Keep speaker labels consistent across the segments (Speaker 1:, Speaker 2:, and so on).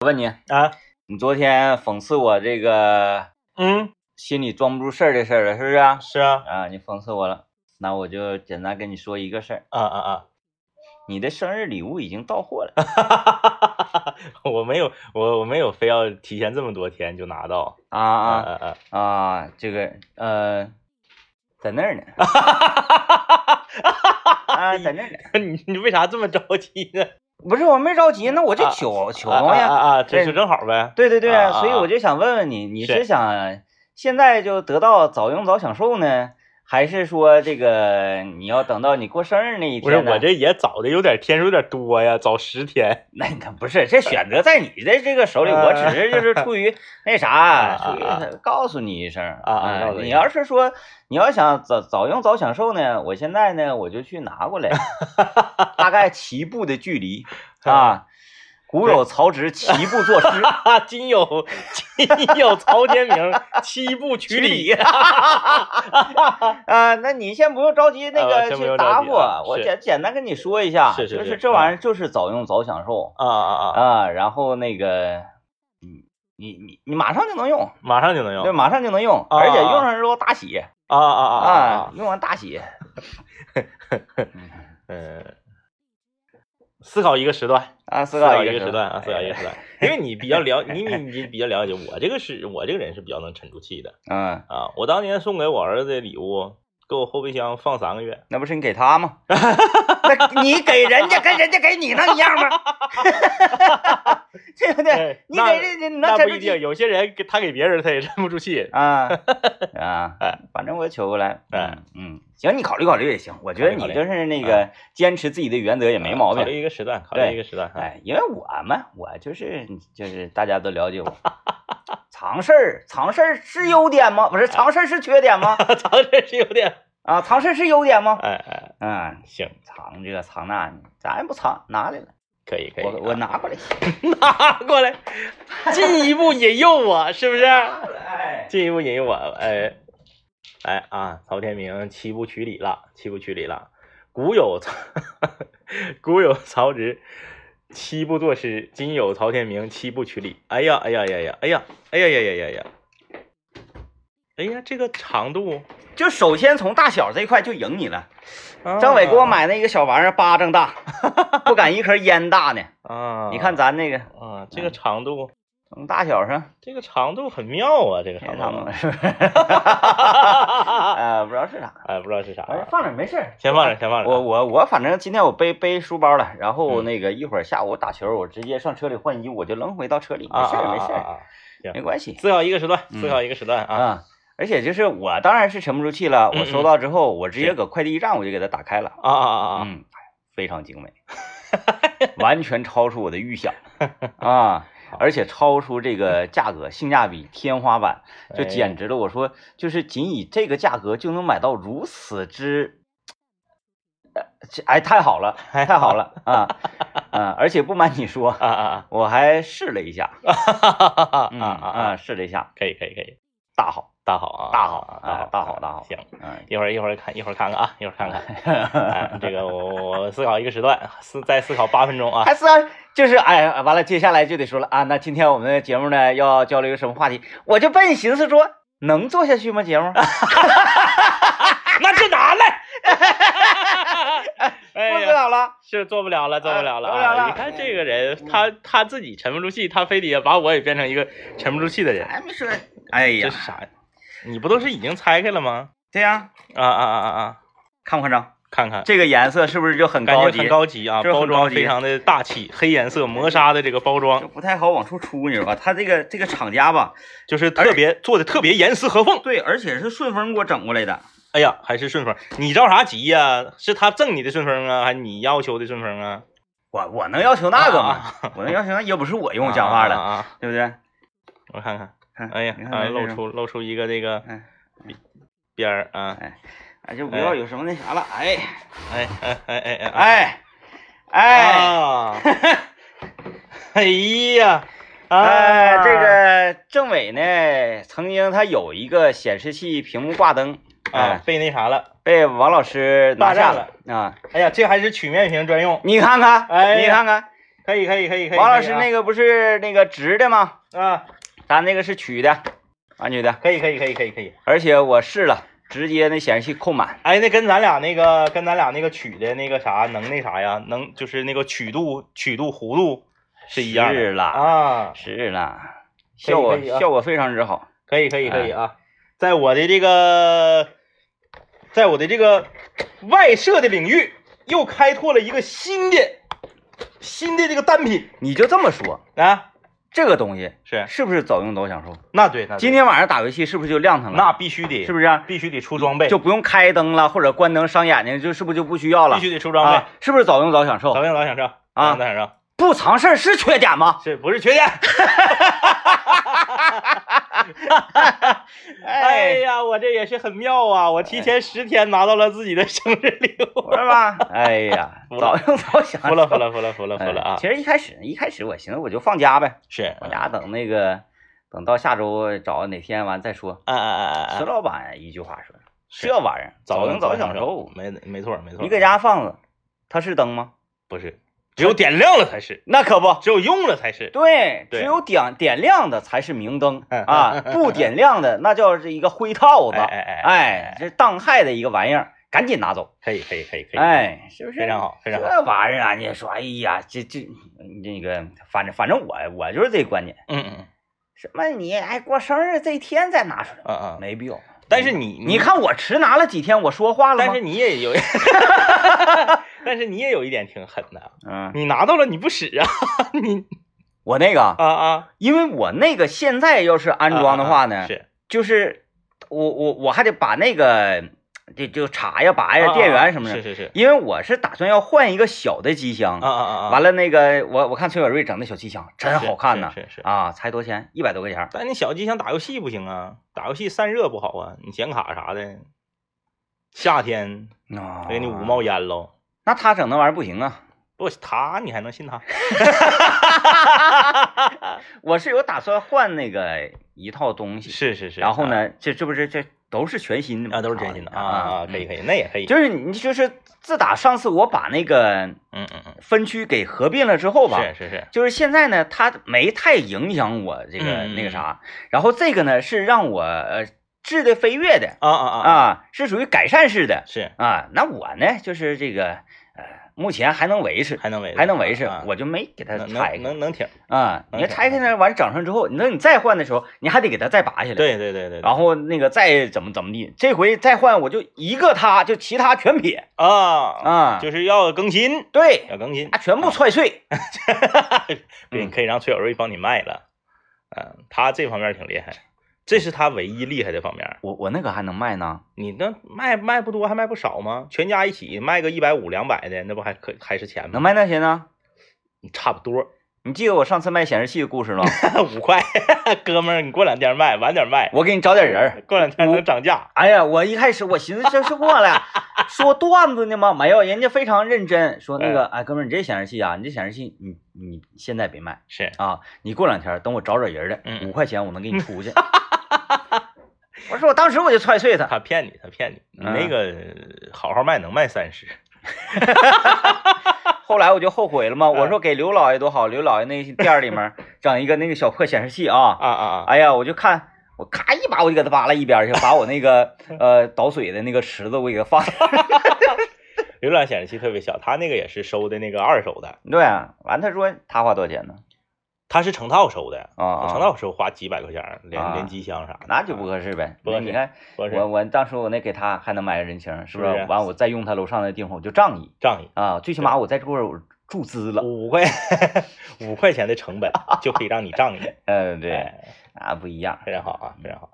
Speaker 1: 我问你，
Speaker 2: 啊，
Speaker 1: 你昨天讽刺我这个
Speaker 2: 嗯，
Speaker 1: 心里装不住事儿的事儿了，是不是啊？
Speaker 2: 是啊，
Speaker 1: 啊，你讽刺我了，那我就简单跟你说一个事儿，
Speaker 2: 啊啊啊，
Speaker 1: 你的生日礼物已经到货了。
Speaker 2: 哈哈哈 我没有，我我没有非要提前这么多天就拿到，
Speaker 1: 啊
Speaker 2: 啊
Speaker 1: 啊
Speaker 2: 啊
Speaker 1: 啊，这个呃，在那 儿呢，啊，在那儿呢。
Speaker 2: 啊， 你你为啥这么着急呢？
Speaker 1: 不是，我没着急，那我这求求
Speaker 2: 啊
Speaker 1: 东
Speaker 2: 啊啊
Speaker 1: 西。
Speaker 2: 啊，这就正好呗，
Speaker 1: 对对对，
Speaker 2: 啊啊
Speaker 1: 所以
Speaker 2: 啊
Speaker 1: 我就想问问你，你是
Speaker 2: 是
Speaker 1: 想现在就得到早用早享受呢，还是说这个你要等到你过生日那一
Speaker 2: 不是
Speaker 1: 天呢？
Speaker 2: 我这也早的有点天数有点多呀，早十天，
Speaker 1: 那个不是，这选择在你的这个手里，
Speaker 2: 啊
Speaker 1: 我只是就是出于那
Speaker 2: 啊
Speaker 1: 啥，
Speaker 2: 啊
Speaker 1: 出于告诉你一声
Speaker 2: 啊啊
Speaker 1: 哎
Speaker 2: 告诉你
Speaker 1: 你要是说你要想早早用早享受呢，我现在呢我就去拿过来， 大概齐步的距离
Speaker 2: 嗯
Speaker 1: 啊，古有曹植齐步 作诗，
Speaker 2: 哈哈，今有今有曹天明 七步曲礼，
Speaker 1: 啊，那你先不用着急那
Speaker 2: 啊
Speaker 1: 个
Speaker 2: 先不用
Speaker 1: 去
Speaker 2: 着急
Speaker 1: 答复
Speaker 2: 啊
Speaker 1: 我，
Speaker 2: 是
Speaker 1: 简简单跟你说一下，
Speaker 2: 是是嗯
Speaker 1: 就是
Speaker 2: 是
Speaker 1: 这玩意儿就是早用早享受
Speaker 2: 啊啊啊，
Speaker 1: 啊，然后那个你你你你马上就能用。
Speaker 2: 马上就能
Speaker 1: 对，
Speaker 2: 用，
Speaker 1: 马上就能用，
Speaker 2: 啊
Speaker 1: 而且用上之后大喜
Speaker 2: 啊啊啊
Speaker 1: 啊
Speaker 2: 啊，，
Speaker 1: 用完大喜。
Speaker 2: 嗯，思考一个时段。
Speaker 1: 啊，思
Speaker 2: 思
Speaker 1: 考
Speaker 2: 考
Speaker 1: 一
Speaker 2: 一
Speaker 1: 个
Speaker 2: 个时段啊，思考一个
Speaker 1: 哎
Speaker 2: 时段，因为你比较了，你你你比较了解我这个是我这个人是比较能沉住气的
Speaker 1: 嗯，
Speaker 2: 啊。我当年送给我儿子的礼物，搁我后备箱放三个月，
Speaker 1: 那不是你给他 吗？那你给人家跟人家给你能一样吗？ 对不对？你
Speaker 2: 哎那
Speaker 1: 给人家你能
Speaker 2: 那
Speaker 1: 沉
Speaker 2: 不
Speaker 1: 住
Speaker 2: 一定，
Speaker 1: 气
Speaker 2: 有些人给他给别人他也沉不住气。
Speaker 1: 啊啊！反正我也求过来。
Speaker 2: 哎
Speaker 1: 嗯嗯，行，你考虑考虑也行。我觉得
Speaker 2: 考
Speaker 1: 你
Speaker 2: 虑考虑嗯
Speaker 1: 就是那个坚持自己的原则也 没毛
Speaker 2: 啊考虑
Speaker 1: 病。
Speaker 2: 一个时段，考
Speaker 1: 对
Speaker 2: 虑一个时段。哎，
Speaker 1: 哎，因为我嘛，我就是就是大家都了解我， 藏事儿藏事儿是优点吗？不是藏事儿是缺点 吗？
Speaker 2: 藏着是有点，
Speaker 1: 啊，藏事是优点吗？
Speaker 2: 哎哎，
Speaker 1: 嗯，
Speaker 2: 行，
Speaker 1: 藏这个藏那呢，咱也不藏，拿来了，
Speaker 2: 可以可以，
Speaker 1: 我我拿过来。
Speaker 2: 拿 过 来，进一步引诱我，是不是？
Speaker 1: 哎，
Speaker 2: 进一步引诱我，哎，哎啊，曹天明七步曲礼了，七步曲礼了。古有曹， 古有曹植七步作诗，今有曹天明七步曲礼。哎呀，哎呀呀呀，哎呀，哎呀呀呀呀呀，哎呀，这个长度，
Speaker 1: 就首先从大小这一块就赢你了。
Speaker 2: 啊
Speaker 1: 政委给我买那个小玩意儿巴掌大，不敢一颗烟大 呢。
Speaker 2: 啊，
Speaker 1: 你看嗯咱那个
Speaker 2: 啊，这个长度，
Speaker 1: 从大小上，
Speaker 2: 这个长度很妙啊，这个
Speaker 1: 看他
Speaker 2: 长度
Speaker 1: 们，是不是？ 呃，不知道是啥，
Speaker 2: 哎，不知道是啥
Speaker 1: 反正
Speaker 2: 啊，
Speaker 1: 放那儿没事儿。
Speaker 2: 先放着，先放着。啊
Speaker 1: 我我我反正今天我背背书包了，然后
Speaker 2: 嗯
Speaker 1: 那个一会儿下午打球，我直接上车里换衣，我就扔回到车里，
Speaker 2: 啊
Speaker 1: 没事
Speaker 2: 啊
Speaker 1: 儿没
Speaker 2: 啊
Speaker 1: 事儿，
Speaker 2: 啊啊行
Speaker 1: 没关系。
Speaker 2: 思考一个时段，
Speaker 1: 嗯
Speaker 2: 思考一个时段啊。
Speaker 1: 啊，而且就是我当然是沉不住气了，
Speaker 2: 嗯
Speaker 1: 我收到之后，我直接
Speaker 2: 是
Speaker 1: 搁快递站我就给它打开了，
Speaker 2: 啊啊啊啊！
Speaker 1: 嗯，非常精美，完全超出我的预 想啊，而且超出这个价格性价比天花板，就
Speaker 2: 哎
Speaker 1: 简直了。我说就是仅以这个价格就能买到如此之。呃这哎，太好了，太好了啊！啊，而且不瞒你说，
Speaker 2: 啊啊
Speaker 1: 我还试了一下，
Speaker 2: 啊啊啊
Speaker 1: 嗯
Speaker 2: 啊
Speaker 1: 啊，
Speaker 2: 啊！
Speaker 1: 试了一下，
Speaker 2: 可以可以可以，
Speaker 1: 大好，
Speaker 2: 大好啊，
Speaker 1: 大好
Speaker 2: 啊
Speaker 1: 哎
Speaker 2: 好
Speaker 1: 大好
Speaker 2: 啊
Speaker 1: 大好
Speaker 2: 行，
Speaker 1: 嗯，
Speaker 2: 一会儿一会儿看一会儿看看啊，一会儿 看看。哎，这个我我我思考一个时段，思再思考八分钟啊。
Speaker 1: 还是啊就是哎，完了，接下来就得说了啊。那今天我们的节目呢，要交流一个什么话题？我就笨，寻思说能做下去吗？节目
Speaker 2: 那就拿 来。
Speaker 1: 不
Speaker 2: 哎
Speaker 1: 知
Speaker 2: 呀，
Speaker 1: 道了。
Speaker 2: 是做不了了，做不了了
Speaker 1: 哎做不了了嗯
Speaker 2: 啊！你看这个人，他他自己沉不住气，他非得要把我也变成一个沉不住气的人，
Speaker 1: 还没说，哎
Speaker 2: 这
Speaker 1: 呀，
Speaker 2: 是啥呀？你不都是已经拆开了吗？
Speaker 1: 对呀，
Speaker 2: 啊啊啊啊啊！
Speaker 1: 看不看着？
Speaker 2: 看看。
Speaker 1: 这个颜色是不是就很
Speaker 2: 感觉
Speaker 1: 高级？
Speaker 2: 很高级啊，
Speaker 1: 这很
Speaker 2: 包
Speaker 1: 高
Speaker 2: 装
Speaker 1: 级嗯
Speaker 2: 非常的大气，黑颜色磨砂的这个包
Speaker 1: 就
Speaker 2: 装，
Speaker 1: 不太好往出出，你知道吧？他这个这个厂家吧，
Speaker 2: 就是特别做的特别严丝合缝。
Speaker 1: 对，而且是顺丰给我整过来的。
Speaker 2: 哎呀，还是顺丰，你着啥急呀、是他赠你的顺丰啊，还是你要求的顺丰啊？
Speaker 1: 我我能要求那个吗
Speaker 2: 啊？
Speaker 1: 我能要求那又不是我用讲话
Speaker 2: 啊
Speaker 1: 了，
Speaker 2: 啊啊
Speaker 1: 对不对？
Speaker 2: 我看看，
Speaker 1: 看
Speaker 2: 哎呀
Speaker 1: 你，看
Speaker 2: 啊，
Speaker 1: 这
Speaker 2: 露
Speaker 1: 种
Speaker 2: 出露出一个这个
Speaker 1: 哎
Speaker 2: 边儿啊，
Speaker 1: 哎，就不要有什么那啥了，哎
Speaker 2: 哎哎哎哎哎
Speaker 1: 哎哎。
Speaker 2: 啊哎呀，
Speaker 1: 哎，
Speaker 2: 啊
Speaker 1: 这个政委呢，曾经他有一个显示器屏幕挂灯，
Speaker 2: 啊
Speaker 1: 哎，
Speaker 2: 被那啥了，
Speaker 1: 被王老师拿
Speaker 2: 霸
Speaker 1: 下
Speaker 2: 占
Speaker 1: 啊。
Speaker 2: 哎呀，这还是曲面屏专用，
Speaker 1: 你看看，
Speaker 2: 哎呀
Speaker 1: 你看看，
Speaker 2: 可以可以可以可以。
Speaker 1: 王老
Speaker 2: 可以
Speaker 1: 师
Speaker 2: 啊
Speaker 1: 那个不是那个直的吗？
Speaker 2: 啊，
Speaker 1: 咱那个是曲的，完曲的，
Speaker 2: 可以可以可以可以可以。
Speaker 1: 而且我试了，直接那显示器扣满。
Speaker 2: 哎，那跟咱俩那个跟咱俩那个曲的那个啥能那啥呀？能就是那个曲度曲度弧度是一样的
Speaker 1: 是啦，
Speaker 2: 啊，
Speaker 1: 是啦，
Speaker 2: 可以
Speaker 1: 效果
Speaker 2: 可以啊
Speaker 1: 效果非常之好。
Speaker 2: 可以可以可以
Speaker 1: 哎
Speaker 2: 啊，在我的这个在我的这个外设的领域又开拓了一个新的新的这个单品
Speaker 1: 你就这么说，
Speaker 2: 啊，
Speaker 1: 这个东西
Speaker 2: 是
Speaker 1: 是不是早用早享受？
Speaker 2: 那啊对那对
Speaker 1: 今天晚上打游戏是不是就亮堂了？
Speaker 2: 那必须得
Speaker 1: 是不是啊、
Speaker 2: 必须得出装备，
Speaker 1: 就不用开灯了，或者关灯伤眼睛，就是不是就不需要了
Speaker 2: 必？须得出装备
Speaker 1: 啊。，是不是早用早享受
Speaker 2: 早？上早享受
Speaker 1: 啊
Speaker 2: 早享受。
Speaker 1: 不藏事儿是缺点吗？
Speaker 2: 是不是缺点？哎，呀，我这也是很妙啊！我提前十天拿到了自己的生日礼物，
Speaker 1: 我说吧，哎呀
Speaker 2: 服，了
Speaker 1: 早用早享受，
Speaker 2: 服了服了服了服了服
Speaker 1: 哎
Speaker 2: 了啊！
Speaker 1: 其实一开始一开始我寻思我就放假呗，
Speaker 2: 是，
Speaker 1: 放
Speaker 2: 啊
Speaker 1: 假等那个等到下周找哪天完再说。
Speaker 2: 啊啊啊
Speaker 1: 石
Speaker 2: 啊！
Speaker 1: 老板一句话说，
Speaker 2: 是
Speaker 1: 这玩意儿
Speaker 2: 嗯早
Speaker 1: 用
Speaker 2: 早
Speaker 1: 享
Speaker 2: 受，，没没错没错。
Speaker 1: 你搁家放着，它是灯吗？
Speaker 2: 不是，只有点亮了才是，
Speaker 1: 那可不。
Speaker 2: 只有用了才是。
Speaker 1: 对，
Speaker 2: 对嗯
Speaker 1: 只有点点亮的才是明灯 啊，不点亮的那叫是一个灰套子，
Speaker 2: 哎哎哎
Speaker 1: 哎，这当害的一个玩意儿，赶紧拿走，
Speaker 2: 可以可以可以可以，
Speaker 1: 哎，是不是？
Speaker 2: 非常好非常好。
Speaker 1: 这玩意儿啊，你说，哎呀，这这那个，反正反正我我就是这观点，
Speaker 2: 嗯嗯
Speaker 1: 什么你哎过生日这一天再拿出来，
Speaker 2: 嗯嗯嗯。
Speaker 1: 没必要。
Speaker 2: 但是你
Speaker 1: 你，看我迟拿了几天，我说话了吗？
Speaker 2: 但是你也 有，但是你也有一点挺狠的，
Speaker 1: 嗯，
Speaker 2: 你拿到了你不使啊，你
Speaker 1: 我那个啊，
Speaker 2: 啊啊！
Speaker 1: 因为我那个现在要是安装的话呢，
Speaker 2: 啊啊是
Speaker 1: 就是我我我还得把那个就就插呀拔呀电源什么的，
Speaker 2: 啊是是是，
Speaker 1: 因为我是打算要换一个小的机箱。
Speaker 2: 啊啊啊啊！
Speaker 1: 完了那个我我看崔小瑞整的小机箱真好看呐、
Speaker 2: 是是是是
Speaker 1: 啊，才多少钱？一百多块钱。
Speaker 2: 但你小机箱打游戏不行啊，打游戏散热不好啊，你显卡啥的，夏天
Speaker 1: 啊，
Speaker 2: 给你五冒烟喽。
Speaker 1: 那他整那玩意儿不行啊！
Speaker 2: 不，他你还能信他？
Speaker 1: 我是有打算换那个一套东西，
Speaker 2: 是是是。
Speaker 1: 然后
Speaker 2: 啊？
Speaker 1: 呢，这这不是这都是全新的吗
Speaker 2: 啊，都是全新的啊
Speaker 1: 啊
Speaker 2: 啊，可以可以，那也可以。
Speaker 1: 就是你就是自打上次我把那个
Speaker 2: 嗯嗯嗯，
Speaker 1: 分区给合并了之后吧，
Speaker 2: 是是是，
Speaker 1: 就是现在呢，它没太影响我这个、
Speaker 2: 嗯
Speaker 1: 那个啥，然后这个呢是让我呃质的飞跃的
Speaker 2: 啊啊啊啊，
Speaker 1: 啊，是属于改善式的
Speaker 2: 是
Speaker 1: 啊。那我呢就是这个呃，目前还能维持，
Speaker 2: 还能维
Speaker 1: 还能维持，
Speaker 2: 啊
Speaker 1: 我就没给它
Speaker 2: 能
Speaker 1: 拆
Speaker 2: 能
Speaker 1: 开
Speaker 2: 能能挺。
Speaker 1: 啊。
Speaker 2: 能
Speaker 1: 你要拆开呢，完整上之后，你等你再换的时候，你还得给它再拔下来。。
Speaker 2: 对对对对。
Speaker 1: 然后那个再怎么怎么地，这回再换我就一个它，就其他全撇
Speaker 2: 啊，
Speaker 1: 啊，
Speaker 2: 就是要更新，
Speaker 1: 对，
Speaker 2: 要更新
Speaker 1: 啊，，全部踹碎。哎 嗯
Speaker 2: 对，你可以让崔小瑞帮你卖了。嗯，他这方面挺厉害，这是他唯一厉害的方面。
Speaker 1: 我我那个还能卖呢，
Speaker 2: 你那卖卖不多还卖不少吗？全家一起卖个一百五两百的，那不还可还是钱
Speaker 1: 能
Speaker 2: 吗？
Speaker 1: 卖那些呢？
Speaker 2: 差不多，
Speaker 1: 你记得我上次卖显示器的故事吗？
Speaker 2: 五块， 哥们儿，你过两天卖，晚点卖，
Speaker 1: 我给你找点人儿。
Speaker 2: 过两天能涨价。
Speaker 1: 哎呀，我一开始我寻思这是过来说段子呢吗？没有，人家非常认真，说那个，哎，哥们儿，你这显示器啊，你这显示器，你你现在别卖
Speaker 2: 是，
Speaker 1: 啊，你过两天等我找找人来，
Speaker 2: 嗯
Speaker 1: 五块钱我能给你出去。 我说我当时我就踹碎他，
Speaker 2: 他骗你，他骗你，你
Speaker 1: 嗯
Speaker 2: 那个好好卖能卖三十。
Speaker 1: 后来我就后悔了嘛，我说给刘老爷多好，刘老爷那店儿里面整一个那个小破显示器啊，
Speaker 2: 啊啊啊！
Speaker 1: 哎呀，我就看，我咔一把我就给他扒拉一边儿去，把我那 个呃倒水的那个池子我给它放。
Speaker 2: 浏览显示器特别小，他那个也是收的那个二手的，
Speaker 1: 对、啊，完他说他花多少钱呢？
Speaker 2: 他是成套收的，
Speaker 1: 啊啊
Speaker 2: 成套收花几百块钱儿，连
Speaker 1: 啊
Speaker 2: 连机箱啥的，
Speaker 1: 那就不合适呗。
Speaker 2: 不合
Speaker 1: 你
Speaker 2: 适
Speaker 1: 看
Speaker 2: 不是
Speaker 1: 我我当时我那给他还能买个人情，是不
Speaker 2: 是不是
Speaker 1: 完我再用他楼上的地方我就仗义
Speaker 2: 仗义。
Speaker 1: 啊，最起码我在这块儿我注资了。
Speaker 2: 五块 五块钱的成本就可以让你仗义，
Speaker 1: 嗯、对，
Speaker 2: 哎
Speaker 1: 那不一样，
Speaker 2: 非常好啊，
Speaker 1: 嗯
Speaker 2: 非常好。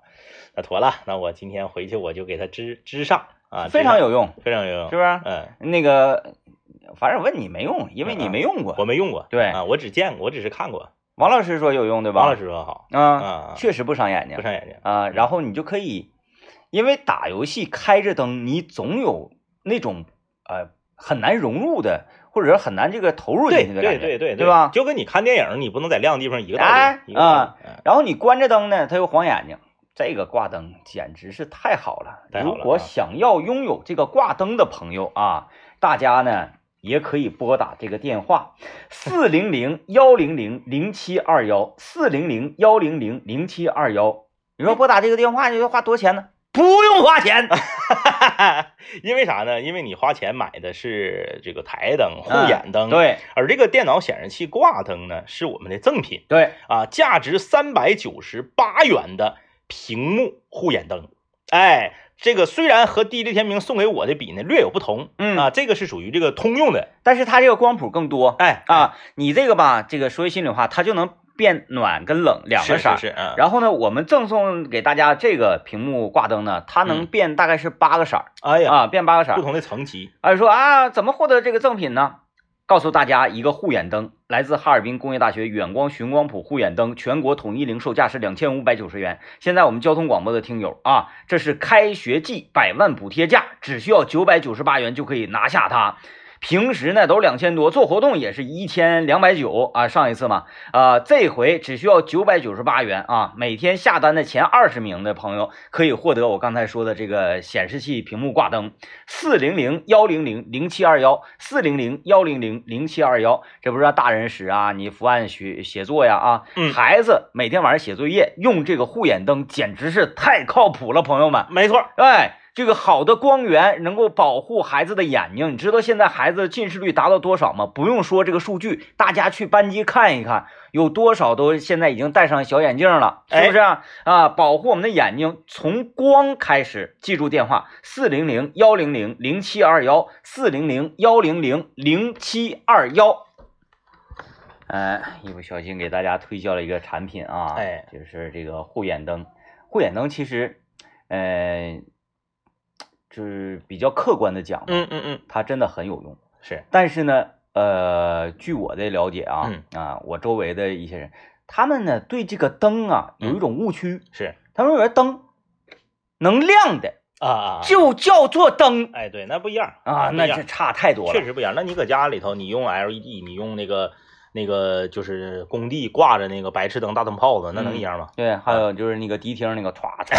Speaker 2: 那妥了，那我今天回去我就给他支支上啊，
Speaker 1: 非常
Speaker 2: 支上
Speaker 1: 有用，
Speaker 2: 非常有用，
Speaker 1: 是不是？
Speaker 2: 嗯，
Speaker 1: 那个，反正我问你没用，因为你没用过。
Speaker 2: 我没用过，
Speaker 1: 对
Speaker 2: 啊，我只见过，我只是看过。
Speaker 1: 王老师说有用，对吧？
Speaker 2: 王老师说好，
Speaker 1: 啊
Speaker 2: 啊，
Speaker 1: 确实不伤眼睛
Speaker 2: 不。伤眼睛，
Speaker 1: 啊，然后你就可以，因为打游戏开着灯，你总有那种呃很难融入的，或者是很难这个投入进
Speaker 2: 对
Speaker 1: 去的
Speaker 2: 对
Speaker 1: 感觉，
Speaker 2: 对对对，
Speaker 1: 对吧？
Speaker 2: 就跟你看电影，你不能在亮地方一个道
Speaker 1: 哎
Speaker 2: 理，一个道理，嗯
Speaker 1: 然后你关着灯呢，它又晃眼睛，这个挂灯简直是太好了。
Speaker 2: 太好
Speaker 1: 如
Speaker 2: 了
Speaker 1: 果
Speaker 2: 啊
Speaker 1: 想要拥有这个挂灯的朋友啊，大家呢也可以拨打这个电话四零零幺零零零七二幺四零零幺零零零七二幺。你说拨打这个电话，你要花多少钱呢？不用花钱，
Speaker 2: 因为啥呢？因为你花钱买的是这个台灯、护眼灯，，
Speaker 1: 嗯对
Speaker 2: 而这个电脑显示器挂灯呢，是我们的赠品
Speaker 1: 对，
Speaker 2: 啊，价值三百九十八元的屏幕护眼灯。哎，这个虽然和地雷天明送给我的比呢，略有不同，
Speaker 1: 嗯
Speaker 2: 啊，这个是属于这个通用的，
Speaker 1: 但是它这个光谱更多
Speaker 2: 哎，
Speaker 1: 啊。你这个吧，这个说句心里话，它就能变暖跟冷两个
Speaker 2: 是
Speaker 1: 色儿
Speaker 2: 是。是，嗯，
Speaker 1: 然后呢，我们赠送给大家这个屏幕挂灯呢，它能
Speaker 2: 嗯
Speaker 1: 变大概是八个色儿、
Speaker 2: 哎呀，
Speaker 1: 啊，变八个色儿
Speaker 2: 不。同的层级，
Speaker 1: 啊，说啊，怎么获得这个赠品呢？告诉大家一个护眼灯，来自哈尔滨工业大学远光寻光谱护眼灯，全国统一零售价是两千五百九十元。现在我们交通广播的听友啊，这是开学季百万补贴价，只需要九百九十八元就可以拿下它。平时呢都两千多，做活动也是一千两百九啊，上一次嘛，啊，这回只需要九百九十八元啊，每天下单的前二十名的朋友可以获得我刚才说的这个显示器屏幕挂灯，四零零幺零零零七二幺，四零零幺零零零七二幺，这不是让大人使啊，你伏案学写作呀啊，
Speaker 2: 嗯
Speaker 1: 孩子每天晚上写作业用这个护眼灯简直是太靠谱了，朋友们。
Speaker 2: 没错，
Speaker 1: 哎，这个好的光源能够保护孩子的眼睛。你知道现在孩子近视率达到多少吗？不用说这个数据，大家去班级看一看，有多少都现在已经戴上小眼镜了，是不是啊？啊保护我们的眼睛，从光开始。记住电话：四零零幺零零零七二幺，四零零幺零零零七二幺。呃，一不小心给大家推销了一个产品啊，
Speaker 2: 哎
Speaker 1: 就是这个护眼灯。护眼灯其实，呃，就是比较客观的讲吧，
Speaker 2: 嗯嗯嗯，
Speaker 1: 它真的很有用。
Speaker 2: 是，
Speaker 1: 但是呢，呃，据我的了解啊，
Speaker 2: 嗯
Speaker 1: 啊，我周围的一些人，他们呢对这个灯啊有
Speaker 2: 嗯
Speaker 1: 一种误区，
Speaker 2: 是
Speaker 1: 他们认为灯能亮的
Speaker 2: 啊啊，啊
Speaker 1: 就叫做灯
Speaker 2: 哎，对，那不一样
Speaker 1: 啊，
Speaker 2: 不
Speaker 1: 那
Speaker 2: 一样
Speaker 1: 这差太多了。
Speaker 2: 确实不一样。那你搁家里头，你用 LED，你用那个那个就是工地挂着那个白炽灯、大灯泡子，那
Speaker 1: 嗯
Speaker 2: 能一样吗？
Speaker 1: 对，还有就是那个迪厅那个歘歘，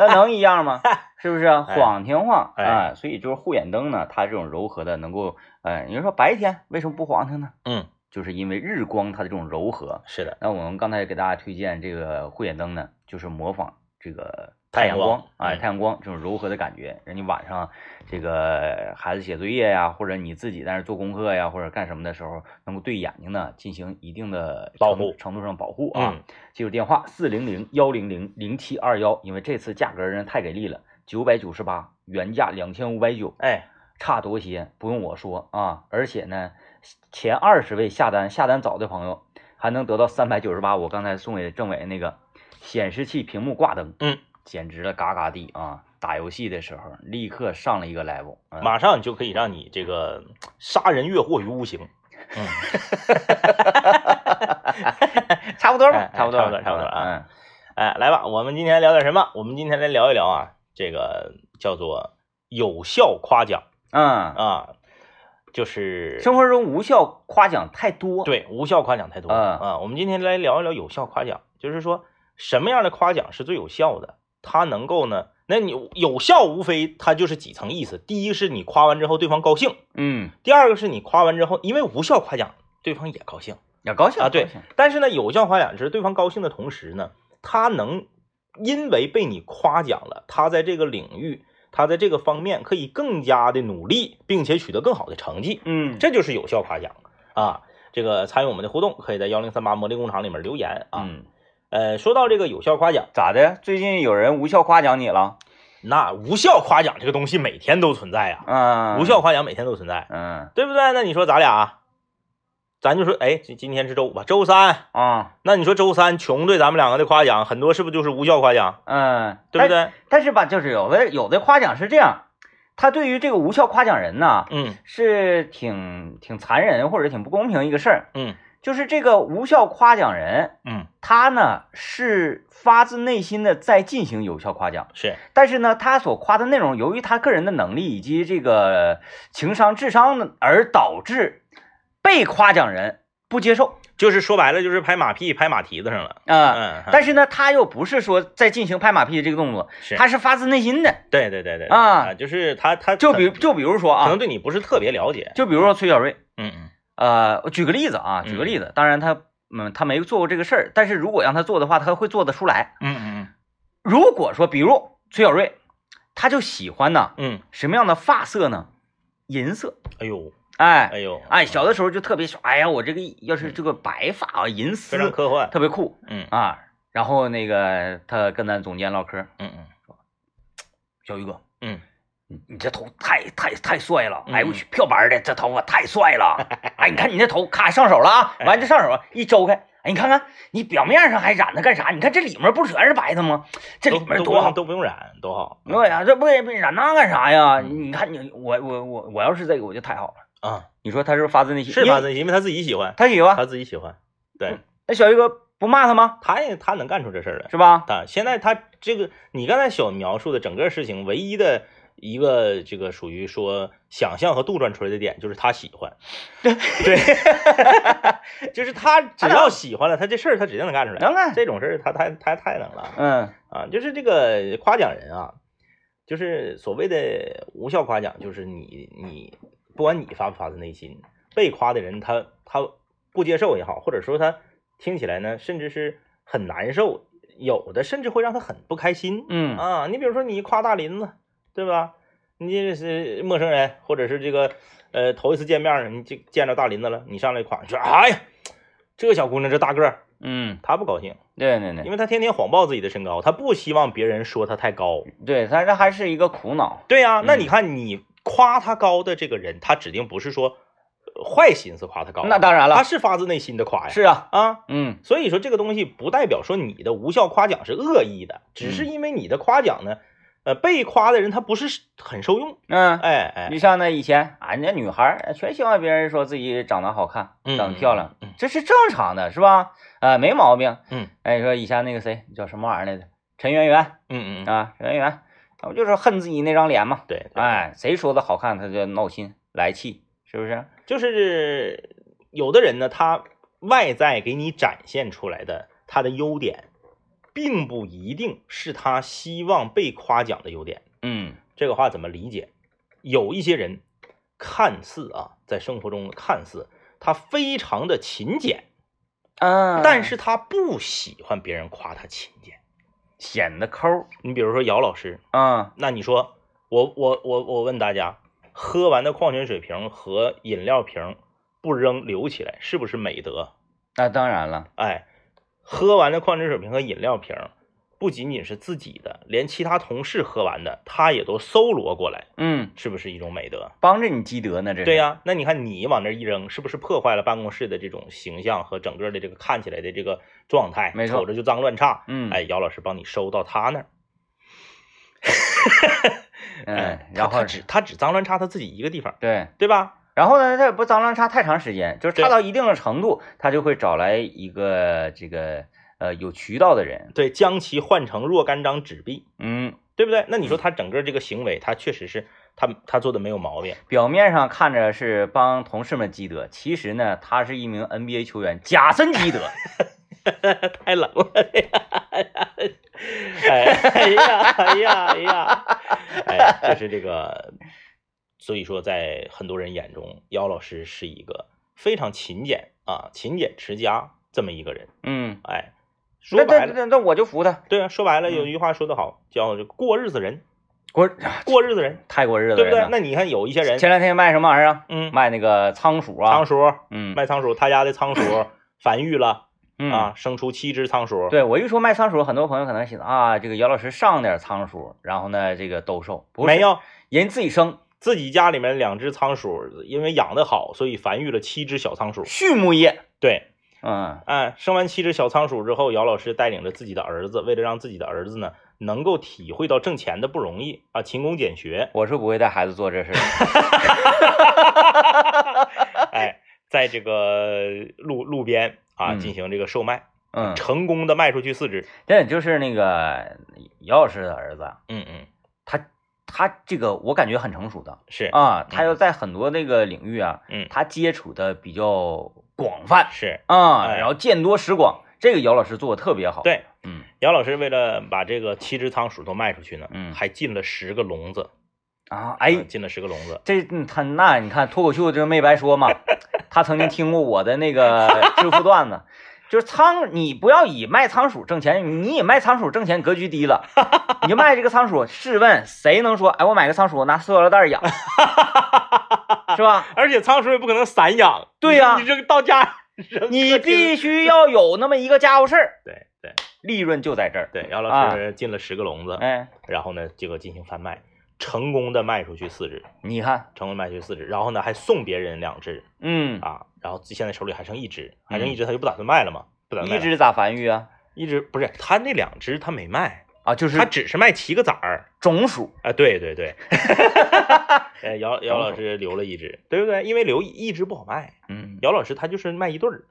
Speaker 1: 那能一样 吗？是不是啊
Speaker 2: 哎
Speaker 1: 晃挺晃
Speaker 2: 哎
Speaker 1: 啊？所以就是护眼灯呢，它这种柔和的能够，呃，你说白天为什么不晃它呢？
Speaker 2: 嗯，
Speaker 1: 就是因为日光它的这种柔和。
Speaker 2: 是的，
Speaker 1: 那我们刚才给大家推荐这个护眼灯呢，就是模仿这个
Speaker 2: 太
Speaker 1: 阳
Speaker 2: 阳光
Speaker 1: 哎，
Speaker 2: 嗯
Speaker 1: 太阳光这种柔和的感觉。人家晚上这个孩子写作业呀，或者你自己在那儿做功课呀，或者干什么的时候，能够对眼睛呢进行一定的
Speaker 2: 保
Speaker 1: 程度
Speaker 2: 护
Speaker 1: 程度上保护啊。
Speaker 2: 嗯，
Speaker 1: 记住电话四零零幺零零零七二幺，因为这次价格人太给力了，九百九十八，原价两千五百九，
Speaker 2: 哎，
Speaker 1: 差多些，不用我说啊。而且呢，前二十位下单下单早的朋友还能得到三百九十八，我刚才送给政委那个显示器屏幕挂灯，
Speaker 2: 嗯，
Speaker 1: 简直了，嘎嘎地啊！打游戏的时候立刻上了一个 level，、嗯、
Speaker 2: 马上就可以让你这个杀人越货于无形。嗯，
Speaker 1: 差不多
Speaker 2: 哎
Speaker 1: 吧，
Speaker 2: 哎
Speaker 1: 差不多
Speaker 2: 差不
Speaker 1: 吧，
Speaker 2: 多差不多啊
Speaker 1: 嗯，
Speaker 2: 哎，来吧，我们今天聊点什么？我们今天来聊一聊啊，这个叫做有效夸奖
Speaker 1: 嗯
Speaker 2: 啊，就是
Speaker 1: 生活中无效夸奖太多，，
Speaker 2: 对无效夸奖太多
Speaker 1: 嗯
Speaker 2: 啊。我们今天来聊一聊有效夸奖，就是说什么样的夸奖是最有效的？它能够呢，那你有效无非它就是几层意思。第一是你夸完之后对方高兴，
Speaker 1: 嗯，
Speaker 2: 第二个是你夸完之后，因为无效夸奖对方也高兴
Speaker 1: 要高兴
Speaker 2: 啊。对
Speaker 1: 高兴，
Speaker 2: 但是呢，有效夸奖是对方高兴的同时呢，他能因为被你夸奖了，他在这个领域。他在这个方面可以更加的努力，并且取得更好的成绩。
Speaker 1: 嗯，
Speaker 2: 这就是有效夸奖啊！这个参与我们的互动，可以在幺零三八魔力工厂里面留言啊。
Speaker 1: 嗯，
Speaker 2: 呃，说到这个有效夸奖，
Speaker 1: 咋的？最近有人无效夸奖你了？
Speaker 2: 那无效夸奖这个东西每天都存在啊，
Speaker 1: 嗯，
Speaker 2: 无效，夸奖每天都存在，
Speaker 1: 嗯
Speaker 2: 对不对？那你说咱俩，啊咱就说，哎，今今天是周五吧，周三，
Speaker 1: 啊，
Speaker 2: 那你说周三穷对咱们两个的夸奖，很多是不是就是无效夸奖，
Speaker 1: 嗯，
Speaker 2: 对不
Speaker 1: 但？
Speaker 2: 对？
Speaker 1: 但是吧，就是有的有的夸奖是这样，他对于这个无效夸奖人呢，
Speaker 2: 嗯
Speaker 1: 是挺挺残忍或者挺不公平一个事儿，
Speaker 2: 嗯
Speaker 1: 就是这个无效夸奖人。
Speaker 2: 嗯，
Speaker 1: 他呢是发自内心的在进行有效夸奖，
Speaker 2: 是
Speaker 1: 但是呢，他所夸的内容由于他个人的能力以及这个情商、智商呢而导致被夸奖人不接受。
Speaker 2: 就是说白了就是拍马屁拍马蹄子上了。
Speaker 1: 啊。
Speaker 2: 嗯，
Speaker 1: 但是呢，他又不是说在进行拍马屁的这个动作，
Speaker 2: 是
Speaker 1: 他是发自内心的。
Speaker 2: 对对对对对
Speaker 1: 啊
Speaker 2: 就是他他
Speaker 1: 就
Speaker 2: 可
Speaker 1: 比就比如说
Speaker 2: 可
Speaker 1: 啊
Speaker 2: 能，对你不是特别了解。
Speaker 1: 就比如说崔小瑞，
Speaker 2: 嗯嗯
Speaker 1: 呃，我举个例子啊，
Speaker 2: 嗯
Speaker 1: 举个例子，当然他嗯他没做过这个事儿，但是如果让他做的话，他会做得出来。
Speaker 2: 嗯嗯
Speaker 1: 如果说比如崔小瑞，他就喜欢呢
Speaker 2: 嗯，
Speaker 1: 什么样的发色呢？银色，
Speaker 2: 哎呦
Speaker 1: 哎
Speaker 2: 哎呦
Speaker 1: 哎，小的时候就特别喜欢，哎呀，我这个要是这个白发啊，银丝
Speaker 2: 嗯非常科幻。
Speaker 1: 特别酷
Speaker 2: 嗯
Speaker 1: 啊。然后那个他跟咱总监唠嗑，
Speaker 2: 嗯嗯
Speaker 1: 小鱼哥，
Speaker 2: 嗯，
Speaker 1: 你你这头太太太帅了，哎呦我
Speaker 2: 嗯
Speaker 1: 去，漂白的这头发太帅 了，哎，你看你这头，咔上手了啊，
Speaker 2: 哎
Speaker 1: 完就上手了，一揪开，哎，你看看你表面上还染它干啥？你看这里面不全是白的吗？这
Speaker 2: 都
Speaker 1: 里面
Speaker 2: 都不
Speaker 1: 多好
Speaker 2: 用。都不用染，多好。
Speaker 1: 对啊呀、这不给染那干啥呀？
Speaker 2: 嗯
Speaker 1: 你看你我我我我要是这个我就太好了。
Speaker 2: 啊，
Speaker 1: 你说他是不是发自内心？
Speaker 2: 是
Speaker 1: 因为
Speaker 2: 发自内心，因为他自己喜欢，
Speaker 1: 他喜欢。
Speaker 2: 他自己喜欢。对，
Speaker 1: 那小鱼哥不骂他吗？
Speaker 2: 他也他能干出这事儿来。
Speaker 1: 是吧？
Speaker 2: 他啊现在他这个，你刚才所描述的整个事情，唯一的一个这个属于说想象和杜撰出来的点，就是他喜欢。对，就是他只要喜欢了，他这事儿他指定能啊干出来。
Speaker 1: 能干
Speaker 2: 这种事儿，他太太太能了。
Speaker 1: 嗯
Speaker 2: 啊，就是这个夸奖人啊，就是所谓的无效夸奖，就是你你不管你发不发自内心，被夸的人他他不接受也好，或者说他听起来呢，甚至是很难受，有的甚至会让他很不开心。
Speaker 1: 嗯
Speaker 2: 啊，你比如说你夸大林子，对吧？你这是陌生人，或者是这个呃头一次见面儿，你就见着大林子了，你上来夸，你说哎呀，这个小姑娘这大个儿，
Speaker 1: 嗯，
Speaker 2: 他不高兴。
Speaker 1: 对对对
Speaker 2: 因为他天天谎报自己的身高，他不希望别人说他太高。
Speaker 1: 对，他这还是一个苦恼。
Speaker 2: 对呀、那
Speaker 1: 嗯
Speaker 2: 你看你夸他高的这个人，他指定不是说呃坏心思夸他高，
Speaker 1: 那当然
Speaker 2: 他
Speaker 1: 了，
Speaker 2: 是发自内心的夸呀。
Speaker 1: 是啊，
Speaker 2: 啊，
Speaker 1: 嗯
Speaker 2: 所以说这个东西不代表说你的无效夸奖是恶意的，只
Speaker 1: 嗯
Speaker 2: 是因为你的夸奖呢，呃，被夸的人他不是很受用。
Speaker 1: 嗯，
Speaker 2: 哎哎，
Speaker 1: 就像那以前啊，人家女孩儿全希望别人说自己长得好看，
Speaker 2: 嗯
Speaker 1: 长得漂亮，
Speaker 2: 嗯嗯
Speaker 1: 这是正常的，是吧？啊，没毛病。
Speaker 2: 嗯，
Speaker 1: 哎，你说以前那个谁叫什么玩意儿来着？陈圆圆
Speaker 2: 嗯嗯嗯，
Speaker 1: 啊，陈圆圆，她不就是恨自己那张脸吗？
Speaker 2: 对，对，
Speaker 1: 哎，谁说的好看，她就闹心来气，是不是？
Speaker 2: 就是有的人呢，他外在给你展现出来的他的优点，并不一定是他希望被夸奖的优点。
Speaker 1: 嗯
Speaker 2: 这个话怎么理解？有一些人看似啊，在生活中看似他非常的勤俭，
Speaker 1: 啊，
Speaker 2: 但是他不喜欢别人夸他勤俭。
Speaker 1: 显得抠儿
Speaker 2: 你比如说姚老师，
Speaker 1: 啊，
Speaker 2: 那你说我我我我问大家，喝完的矿泉水瓶和饮料瓶不扔留起来，是不是美德？
Speaker 1: 那当然了。
Speaker 2: 哎，喝完的矿泉水瓶和饮料瓶儿，不仅仅是自己的，连其他同事喝完的，他也都搜罗过来，
Speaker 1: 嗯，
Speaker 2: 是不是一种美德？
Speaker 1: 帮着你积德呢，这是
Speaker 2: 对、呀、那你看你往那儿一扔，是不是破坏了办公室的这种形象和整个的这个看起来的这个状态？
Speaker 1: 没错
Speaker 2: 瞅着就脏乱差。
Speaker 1: 嗯
Speaker 2: 哎，姚老师帮你收到他那儿，
Speaker 1: 嗯，
Speaker 2: 哎他
Speaker 1: 然后
Speaker 2: 他只他只脏乱差他自己一个地方，
Speaker 1: 对，
Speaker 2: 对吧？
Speaker 1: 然后呢，他也不脏乱差太长时间，就是差
Speaker 2: 对
Speaker 1: 到一定的程度，他就会找来一个这个呃有渠道的人，
Speaker 2: 对，将其换成若干张纸币，
Speaker 1: 嗯，
Speaker 2: 对不对？那你说他整个这个行为，他确实是他他做的没有毛 病。
Speaker 1: 表面上看着是帮同事们积德，其实呢，他是一名 NBA 球员，假身积 德，
Speaker 2: 太冷了，哎哎呀哎呀哎呀，哎，就是这个，所以说在很多人眼中，姚老师是一个非常勤俭啊、勤俭持家这么一个人，
Speaker 1: 嗯，
Speaker 2: 哎，
Speaker 1: 那
Speaker 2: 说
Speaker 1: 那
Speaker 2: 白了，
Speaker 1: 那那我就服他，
Speaker 2: 对啊，说白了
Speaker 1: 嗯
Speaker 2: 有一句话说得好，叫这个过日子人，
Speaker 1: 过
Speaker 2: 过日子人，
Speaker 1: 太过日子
Speaker 2: 对不
Speaker 1: 了
Speaker 2: 对？
Speaker 1: 呢。
Speaker 2: 那你看有一些人，
Speaker 1: 前两天卖什么玩意儿啊？
Speaker 2: 嗯，
Speaker 1: 卖那个仓鼠啊，
Speaker 2: 仓鼠
Speaker 1: 嗯
Speaker 2: 卖仓鼠，他家的仓鼠 繁育了
Speaker 1: 嗯
Speaker 2: 啊，生出七只仓鼠，
Speaker 1: 对我一说卖仓鼠，很多朋友可能想啊，这个姚老师上点仓鼠，然后呢，这个兜售，不是
Speaker 2: 没有。
Speaker 1: 人自己生，
Speaker 2: 自己家里面两只仓鼠，因为养得好，所以繁育了七只小仓鼠。
Speaker 1: 畜牧业，
Speaker 2: 对，
Speaker 1: 嗯，
Speaker 2: 哎，生完七只小仓鼠之后，姚老师带领着自己的儿子，为了让自己的儿子呢能够体会到挣钱的不容易啊，勤工俭学
Speaker 1: 我是不会带孩子做这事 的。
Speaker 2: 哎，在这个路路边啊
Speaker 1: 嗯
Speaker 2: 进行这个售卖，
Speaker 1: 嗯，
Speaker 2: 成功的卖出去四只。
Speaker 1: 这就是那个姚老师的儿子啊，
Speaker 2: 嗯嗯，
Speaker 1: 他他这个我感觉很成熟的
Speaker 2: 是，
Speaker 1: 啊，他要在很多那个领域啊，
Speaker 2: 嗯
Speaker 1: 他接触的比较广泛
Speaker 2: 是
Speaker 1: 啊，
Speaker 2: 哎
Speaker 1: 然后见多识广，这个姚老师做的特别好。，
Speaker 2: 对。
Speaker 1: 嗯，
Speaker 2: 姚老师为了把这个七只仓鼠都卖出去呢，
Speaker 1: 嗯
Speaker 2: 还进了十个笼子，
Speaker 1: 啊，
Speaker 2: 嗯
Speaker 1: 哎，
Speaker 2: 进了十个笼子，
Speaker 1: 这嗯他那你看脱口秀这没白说嘛，他曾经听过我的那个致富段子，就是仓，你不要以卖仓鼠挣钱，你以卖仓鼠挣钱格局低了，你就卖这个仓鼠，试问谁能说，哎，我买个仓鼠，我拿塑料袋养，是吧？
Speaker 2: 而且仓鼠也不可能散养，
Speaker 1: 对呀
Speaker 2: 你扔到家，扔
Speaker 1: 你
Speaker 2: 客厅
Speaker 1: 必须要有那么一个家伙事儿，
Speaker 2: 对对
Speaker 1: 利润就在这儿。
Speaker 2: 对，姚老师进了十个笼子，
Speaker 1: 哎，
Speaker 2: 然后呢，这个进行贩卖，成功的卖出去四只，
Speaker 1: 你看，
Speaker 2: 成功地卖出去四只，然后呢还送别人两只
Speaker 1: 嗯，
Speaker 2: 啊，然后现在手里还剩一只，还剩一只他就不打算卖了嘛，不打算卖
Speaker 1: 一
Speaker 2: 了
Speaker 1: 只咋繁育啊？
Speaker 2: 一只不是他那两只他没卖，
Speaker 1: 啊，就是
Speaker 2: 他只是卖七个崽儿
Speaker 1: 种鼠，
Speaker 2: 啊，对对 对，呃姚姚老师留了一只，对不对？因为留一只不好卖，
Speaker 1: 嗯，
Speaker 2: 姚老师他就是卖一对儿，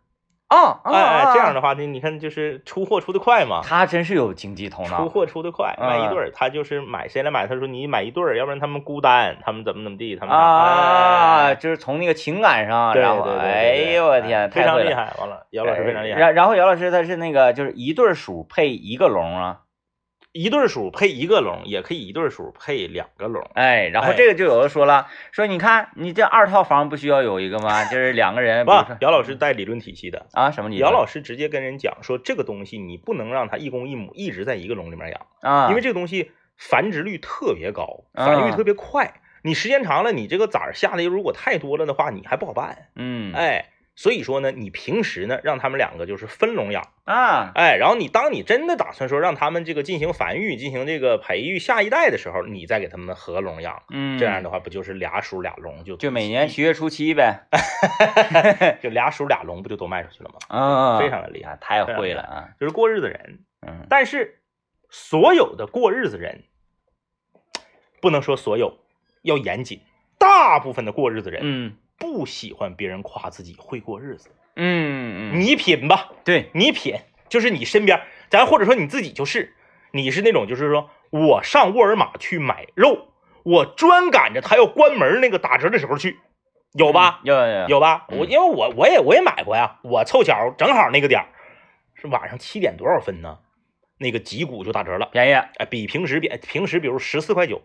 Speaker 1: 啊，
Speaker 2: 哎哎，这样
Speaker 1: 的，
Speaker 2: 的话呢，你看就是出货出的快嘛，
Speaker 1: 哦他真是有经济头脑，
Speaker 2: 出货出的快，
Speaker 1: 嗯
Speaker 2: 卖一对儿，他就是买谁来买？他说你买一对儿，要不然他们孤单，他们怎么怎么地，他们啥
Speaker 1: 啊，
Speaker 2: 哎
Speaker 1: 就是从那个情感上，
Speaker 2: 对
Speaker 1: 然
Speaker 2: 对
Speaker 1: 后
Speaker 2: 对，
Speaker 1: 哎
Speaker 2: 对
Speaker 1: 呦我天，
Speaker 2: 非
Speaker 1: 太
Speaker 2: 常
Speaker 1: 会
Speaker 2: 厉
Speaker 1: 了，哎
Speaker 2: 害。完了，姚老师非常厉
Speaker 1: 然
Speaker 2: 害，
Speaker 1: 然后姚老师他是那个就是一对鼠配一个笼啊，
Speaker 2: 一对儿鼠配一个笼，也可以一对儿鼠配两个笼。
Speaker 1: 哎，然后
Speaker 2: 哎
Speaker 1: 这个就有人说了，说你看你这二套房不需要有一个吗？就是两个 人，
Speaker 2: 不
Speaker 1: 比如说，
Speaker 2: 姚老师带理论体系的，
Speaker 1: 啊什么理论？
Speaker 2: 姚老师直接跟人讲说，这个东西你不能让它一公一母一直在一个笼里面养，
Speaker 1: 啊，
Speaker 2: 因为这个东西繁殖率特别高，
Speaker 1: 啊
Speaker 2: 繁育特别快。你时间长了，你这个崽儿下的如果太多了的话，你还不好办。
Speaker 1: 嗯
Speaker 2: 哎，所以说呢，你平时呢让他们两个就是分笼养，
Speaker 1: 啊
Speaker 2: 哎，然后你当你真的打算说让他们这个进行繁育、进行这个培育下一代的时候，你再给他们合笼养，
Speaker 1: 嗯
Speaker 2: 这样的话不就是俩鼠俩笼就
Speaker 1: 就每年七月初七呗，
Speaker 2: 哎就俩鼠俩笼不就都卖出去了吗？
Speaker 1: 嗯，
Speaker 2: 非常的厉害，
Speaker 1: 啊太
Speaker 2: 非常
Speaker 1: 会
Speaker 2: 厉
Speaker 1: 了
Speaker 2: 害
Speaker 1: 啊，
Speaker 2: 就是过日子人。
Speaker 1: 嗯
Speaker 2: 但是所有的过日子人，不能说所有，要严谨。大部分的过日子人
Speaker 1: 嗯
Speaker 2: 不喜欢别人夸自己会过日子，
Speaker 1: 嗯嗯，
Speaker 2: 你品吧，
Speaker 1: 对，
Speaker 2: 你品，就是你身边，咱或者说你自己就是，你是那种就是说我上沃尔玛去买肉，我专赶着它要关门那个打折的时候去，有吧？
Speaker 1: 有有有，
Speaker 2: 有吧？
Speaker 1: 嗯
Speaker 2: 我因为我我也我也买过呀，我凑巧正好那个点儿是晚上七点多少分呢？那个脊骨就打折了，
Speaker 1: 便宜
Speaker 2: 哎，比平时比平时比如十四块九，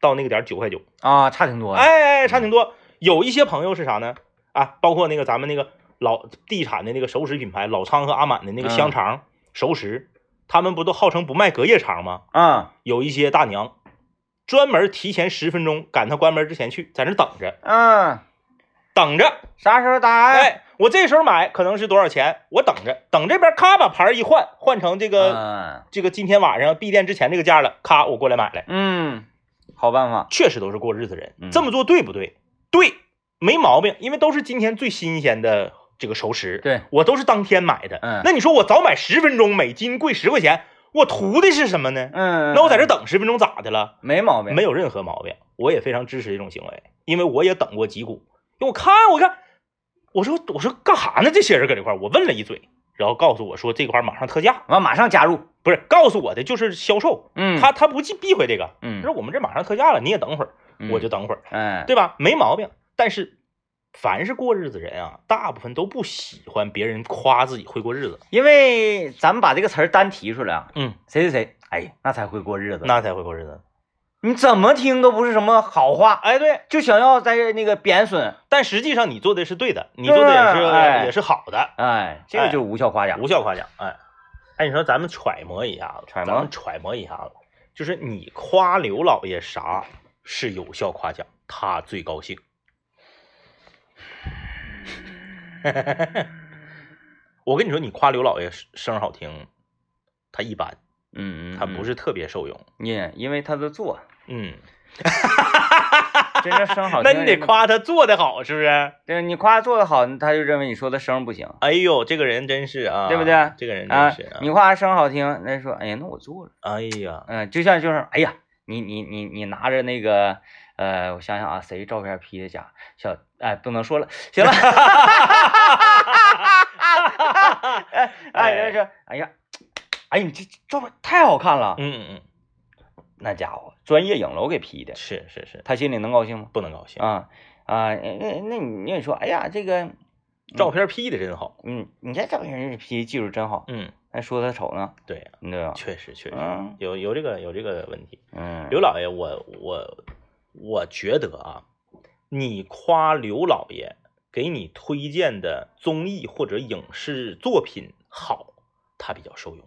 Speaker 2: 到那个点儿九块九，
Speaker 1: 啊，差挺多的，
Speaker 2: 哎，差挺多。有一些朋友是啥呢？啊，包括那个咱们那个老地产的那个熟食品牌老昌和阿满的那个香肠、熟食，他们不都号称不卖隔夜肠吗？
Speaker 1: 啊
Speaker 2: 有一些大娘专门提前十分钟赶他关门之前去，在那等着，
Speaker 1: 嗯，
Speaker 2: 等着。
Speaker 1: 啥时候打？
Speaker 2: 哎，我这时候买可能是多少钱？我等着，等这边咔把牌儿一换，换成这个、
Speaker 1: 嗯
Speaker 2: 这个今天晚上闭店之前这个价了，咔我过来买来。
Speaker 1: 嗯，好办法，
Speaker 2: 确实都是过日子人
Speaker 1: 嗯。
Speaker 2: 这么做对不对？对，没毛病，因为都是今天最新鲜的这个熟食。
Speaker 1: 对
Speaker 2: 我都是当天买的。
Speaker 1: 嗯
Speaker 2: 那你说我早买十分钟，每斤贵十块钱，我图的是什么呢？
Speaker 1: 嗯，
Speaker 2: 那我在这等十分钟咋的了？
Speaker 1: 没毛病，
Speaker 2: 没有任何毛病，我也非常支持这种行为，因为我也等过脊骨。因为我看，我看，我说我说干啥呢？这些人搁这块儿，我问了一嘴，然后告诉我说这块儿马上特价，
Speaker 1: 完马上加入，
Speaker 2: 不是告诉我的就是销售，
Speaker 1: 嗯，
Speaker 2: 他他不忌避讳这个，他
Speaker 1: 嗯
Speaker 2: 说，我们这马上特价了，你也等会儿，
Speaker 1: 嗯
Speaker 2: 我就等会儿。
Speaker 1: 哎，
Speaker 2: 对吧？没毛病。但是凡是过日子人啊，大部分都不喜欢别人夸自己会过日子，
Speaker 1: 因为咱们把这个词儿单提出来啊，
Speaker 2: 嗯，
Speaker 1: 谁谁谁，哎，那才会过日子，
Speaker 2: 那才会过日子。
Speaker 1: 你怎么听都不是什么好话，
Speaker 2: 哎，对，
Speaker 1: 就想要在那个贬损，
Speaker 2: 但实际上你做的是对的，你做的也是、
Speaker 1: 对哎
Speaker 2: 也是好的，
Speaker 1: 哎，这个
Speaker 2: 哎
Speaker 1: 就是无效夸奖，
Speaker 2: 无效夸奖。哎，哎，你说咱们揣摩一下子，
Speaker 1: 揣摩
Speaker 2: 咱们揣摩一下子，就是你夸刘老爷啥是有效夸奖，他最高兴。 我跟你说，你夸刘老爷声儿好听，他一般，
Speaker 1: 嗯嗯，
Speaker 2: 他不
Speaker 1: 嗯
Speaker 2: 是特别受用。
Speaker 1: 因因为他的做，
Speaker 2: 嗯，
Speaker 1: 真正声好听，
Speaker 2: 那你得，夸他做的好，是不是？
Speaker 1: 对，你夸做的好，他就认为你说的声不行
Speaker 2: 哎呦，这个人真是啊，
Speaker 1: 对不对
Speaker 2: 这个人
Speaker 1: 啊
Speaker 2: 真是啊，
Speaker 1: 你夸声好听，那说，哎呀，那我做了。
Speaker 2: 哎呀，
Speaker 1: 嗯，就像就是，哎呀，你你你你拿着那个，呃，我想想啊，谁照片 P 的假？小，哎，不能说了，行了。哎哎，人家说，哎呀，哎，你这照片太好看了，
Speaker 2: 嗯嗯
Speaker 1: 那家伙专业影楼给 P 的
Speaker 2: 嗯，，是是是，
Speaker 1: 他心里能高兴吗？啊
Speaker 2: 不能高兴。
Speaker 1: 啊啊，那那那你你说，哎呀，这个
Speaker 2: 照片 P 的真好。
Speaker 1: 嗯，你这照片 P 技术真好，
Speaker 2: 嗯，啊
Speaker 1: 还说他丑呢，
Speaker 2: 对呀、
Speaker 1: 你对吧？
Speaker 2: 确实确实
Speaker 1: 嗯
Speaker 2: 有有这个有这个问题。
Speaker 1: 嗯，
Speaker 2: 刘老爷，我我我觉得啊，你夸刘老爷给你推荐的综艺或者影视作品好，他比较受用。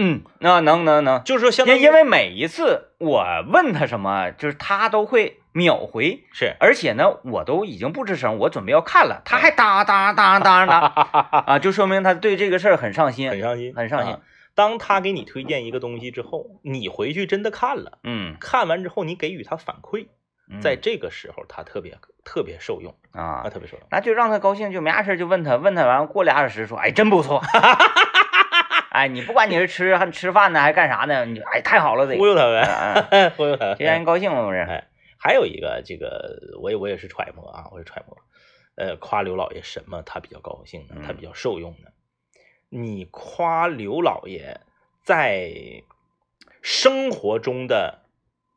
Speaker 1: 嗯，那能能能，
Speaker 2: 就是说，相当
Speaker 1: 因
Speaker 2: 于
Speaker 1: 因为每一次我问他什么，就是他都会秒回，
Speaker 2: 是
Speaker 1: 而且呢，我都已经不吱声，我准备要看了，他还哒哒哒哒 哒啊，就说明他对这个事儿很上
Speaker 2: 很
Speaker 1: 心。
Speaker 2: 上心，
Speaker 1: 很上心
Speaker 2: 啊当他给你推荐一个东西之后，你回去真的看了，
Speaker 1: 嗯，
Speaker 2: 看完之后你给予他反馈，
Speaker 1: 嗯
Speaker 2: 在这个时候他特别特别受用啊，
Speaker 1: 啊，
Speaker 2: 特别受用。
Speaker 1: 那就让他高兴，就没啥事儿就问他，问他完了过俩小时说，哎，真不 错。哎，你不管你是吃还吃饭呢，还干啥呢？你哎，太好了，得
Speaker 2: 忽悠他
Speaker 1: 嗯
Speaker 2: 呗，
Speaker 1: 嗯
Speaker 2: 忽悠他
Speaker 1: 就让人
Speaker 2: 呗。
Speaker 1: 高兴了不是？
Speaker 2: 哎还有一个，这个我也我也是揣摩啊，我是揣摩，呃，夸刘老爷什么他比较高兴呢？他
Speaker 1: 嗯
Speaker 2: 比较受用呢？你夸刘老爷在生活中的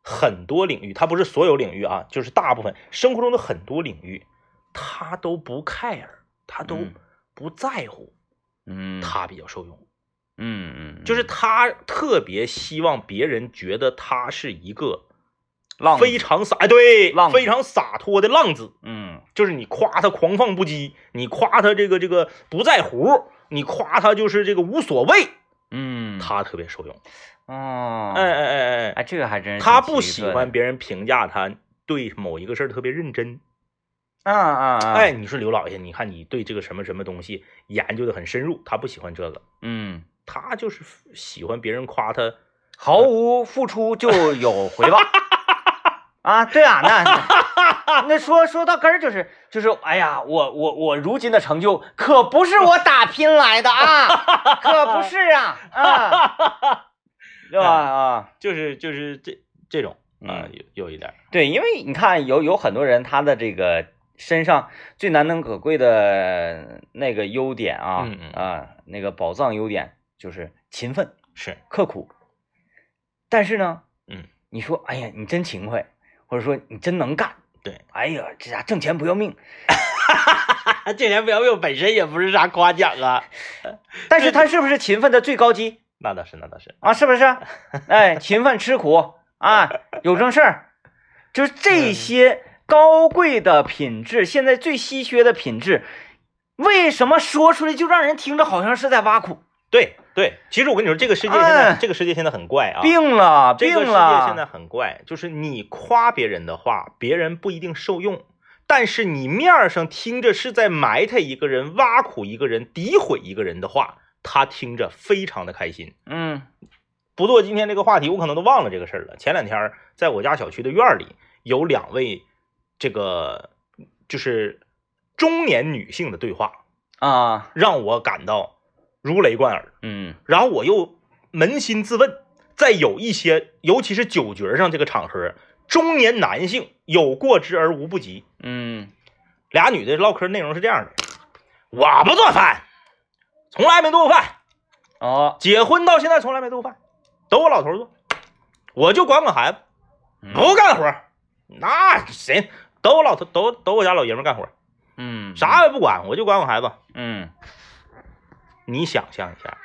Speaker 2: 很多领域，他不是所有领域啊，就是大部分生活中的很多领域，他都不 care，他都
Speaker 1: 嗯
Speaker 2: 不在乎，
Speaker 1: 嗯，
Speaker 2: 他比较受用。
Speaker 1: 嗯嗯，
Speaker 2: 就是他特别希望别人觉得他是一个
Speaker 1: 浪子
Speaker 2: 非常洒，哎，对，
Speaker 1: 浪子
Speaker 2: 非常洒脱的浪子。
Speaker 1: 嗯
Speaker 2: 就是你夸他狂放不羁，你夸他这个这个不在乎，你夸他就是这个无所谓，
Speaker 1: 嗯，
Speaker 2: 他特别受用。
Speaker 1: 哦，
Speaker 2: 哎哎哎哎
Speaker 1: 哎，这个还真
Speaker 2: 哎，
Speaker 1: 是
Speaker 2: 他
Speaker 1: 挺
Speaker 2: 不
Speaker 1: 奇
Speaker 2: 喜
Speaker 1: 特的
Speaker 2: 欢别人评价他对某一个事儿特别认真。
Speaker 1: 啊啊啊！
Speaker 2: 哎，，你说刘老爷，你看你对这个什么什么东西研究的很深入，他不喜欢这个，
Speaker 1: 嗯，
Speaker 2: 他就是喜欢别人夸他。
Speaker 1: 毫无付出就有回 报啊！对啊，那那说说到根儿就是就是，哎呀，我我我如今的成就可不是我打拼来的啊，可不是啊啊，对吧
Speaker 2: 哎
Speaker 1: 啊？
Speaker 2: 就是就是这这种啊，
Speaker 1: 嗯
Speaker 2: 有有一点儿，
Speaker 1: 对，因为你看有有很多人他的这个身上最难能可贵的那个优点啊
Speaker 2: 嗯嗯
Speaker 1: 啊那个宝藏优点就是勤奋。
Speaker 2: 是
Speaker 1: 刻苦。但是呢，
Speaker 2: 嗯，
Speaker 1: 你说，哎呀，你真勤快，或者说你真能干，
Speaker 2: 对，
Speaker 1: 哎呀，这家挣钱不要命。
Speaker 2: 啊， 这点表表本身也不是啥夸奖啊，
Speaker 1: 但是他是不是勤奋的最高级
Speaker 2: 那倒是那倒是，
Speaker 1: 啊？是不 是？哎，勤奋吃苦啊，有正事儿，就是
Speaker 2: 嗯
Speaker 1: 这些高贵的品质，现在最稀缺的品质，为什么说出来就让人听着好像是在挖苦？
Speaker 2: 对对，其实我跟你说，这个世界现在、
Speaker 1: 哎
Speaker 2: 这个世界现在很怪啊，
Speaker 1: 病了，
Speaker 2: 这
Speaker 1: 病
Speaker 2: 个世界现在
Speaker 1: 了，
Speaker 2: 很怪，就是你夸别人的话，别人不一定受用，但是你面儿上听着是在埋汰一个人、挖苦一个人、诋毁一个人的话，他听着非常的开心。
Speaker 1: 嗯
Speaker 2: 不做今天这个话题，我可能都忘了这个事儿了。前两天儿在我家小区的院儿里，有两位这个就是中年女性的对话，
Speaker 1: 啊，
Speaker 2: 让我感到如雷贯耳。
Speaker 1: 嗯
Speaker 2: 然后我又扪心自问，在有一些，尤其是酒局上这个场合，中年男性有过之而无不及。
Speaker 1: 嗯
Speaker 2: 俩女的唠嗑内容是这样的：我不做饭，从来没做过饭，
Speaker 1: 哦，
Speaker 2: 结婚到现在从来没做过饭，都我老头做，我就管管孩子，
Speaker 1: 嗯
Speaker 2: 不干活儿，那谁都我老头都都我家老爷们儿干活儿，
Speaker 1: 嗯
Speaker 2: 啥也不管，我就管管孩子。
Speaker 1: 嗯
Speaker 2: 你想象一下，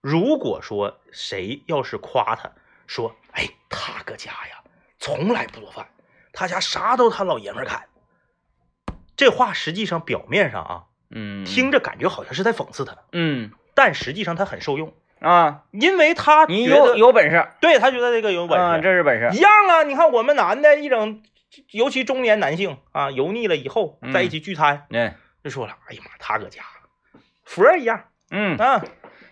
Speaker 2: 如果说谁要是夸他说，哎，他搁家呀从来不做饭，他家啥都他老爷们儿干，这话实际上表面上啊，
Speaker 1: 嗯，
Speaker 2: 听着感觉好像是在讽刺他，
Speaker 1: 嗯。
Speaker 2: 但实际上他很受用，
Speaker 1: 啊，
Speaker 2: 因为他
Speaker 1: 你
Speaker 2: 觉
Speaker 1: 有
Speaker 2: 得
Speaker 1: 有本事
Speaker 2: 对他觉得这个有本事，
Speaker 1: 啊，这是本事
Speaker 2: 一。样啊！你看我们男的一整，尤其中年男性啊，油腻了以后
Speaker 1: 嗯
Speaker 2: 在一起聚餐，
Speaker 1: 嗯
Speaker 2: 就说了：“哎呀妈，他搁家佛儿一样
Speaker 1: 嗯
Speaker 2: 啊，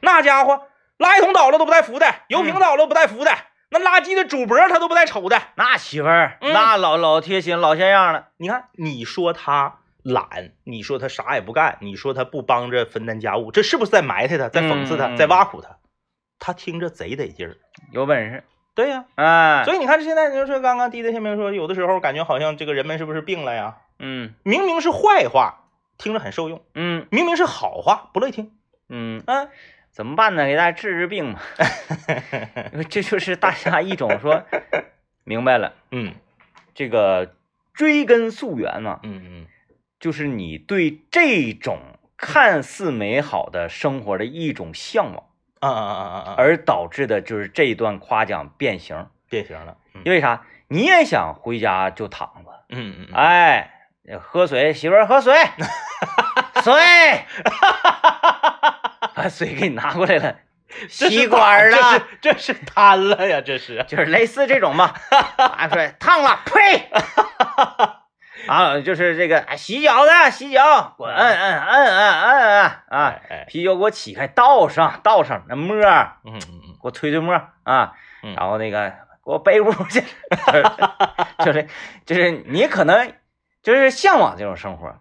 Speaker 2: 那家伙垃圾桶倒了都不带扶的，油瓶倒了都不带扶的，那垃圾的主脖他都不带瞅的。
Speaker 1: 那媳妇儿、
Speaker 2: 嗯
Speaker 1: 那老老贴心老像样了。
Speaker 2: 你看，你说他懒，你说他啥也不干，你说他不帮着分担家务，这是不是在埋汰他，在讽刺他，
Speaker 1: 嗯
Speaker 2: 在挖苦他？他听着贼得劲儿。
Speaker 1: 有本事，
Speaker 2: 对呀、
Speaker 1: 哎，
Speaker 2: 所以你看，现在你就说刚刚滴的下面说，有的时候感觉好像这个人们是不是病了呀？
Speaker 1: 嗯
Speaker 2: 明明是坏话，听着很受用；
Speaker 1: 嗯
Speaker 2: 明明是好话，不乐意听。
Speaker 1: 嗯，
Speaker 2: 啊，
Speaker 1: 怎么办呢？给大家治治病 吧，因为这就是大家一种 说，明白了，
Speaker 2: 嗯
Speaker 1: 这个追根溯源嘛，
Speaker 2: 嗯嗯，
Speaker 1: 就是你对这种看似美好的生活的一种向往，
Speaker 2: 啊啊啊啊啊！
Speaker 1: 而导致的就是这一段夸奖变形。
Speaker 2: 变形了，嗯
Speaker 1: 因为啥？你也想回家就躺着，
Speaker 2: 嗯嗯嗯，
Speaker 1: 哎，喝水，媳妇儿 喝水，水，把水给你拿过来了，
Speaker 2: 这是
Speaker 1: 吸管儿啊
Speaker 2: 贪
Speaker 1: 了，，
Speaker 2: 这是这是贪了呀，这是，
Speaker 1: 就是类似这种 嘛，拿出来烫了，呸，啊，就是这个哎洗脚的洗脚，滚，摁摁摁摁摁摁啊，
Speaker 2: 哎哎，
Speaker 1: 啤酒给我起开，倒上倒上，那沫儿
Speaker 2: 嗯嗯嗯
Speaker 1: 给我推推沫儿啊，
Speaker 2: 嗯
Speaker 1: 然后那个给我背屋去， 就是就是你可能就是向往这种生活，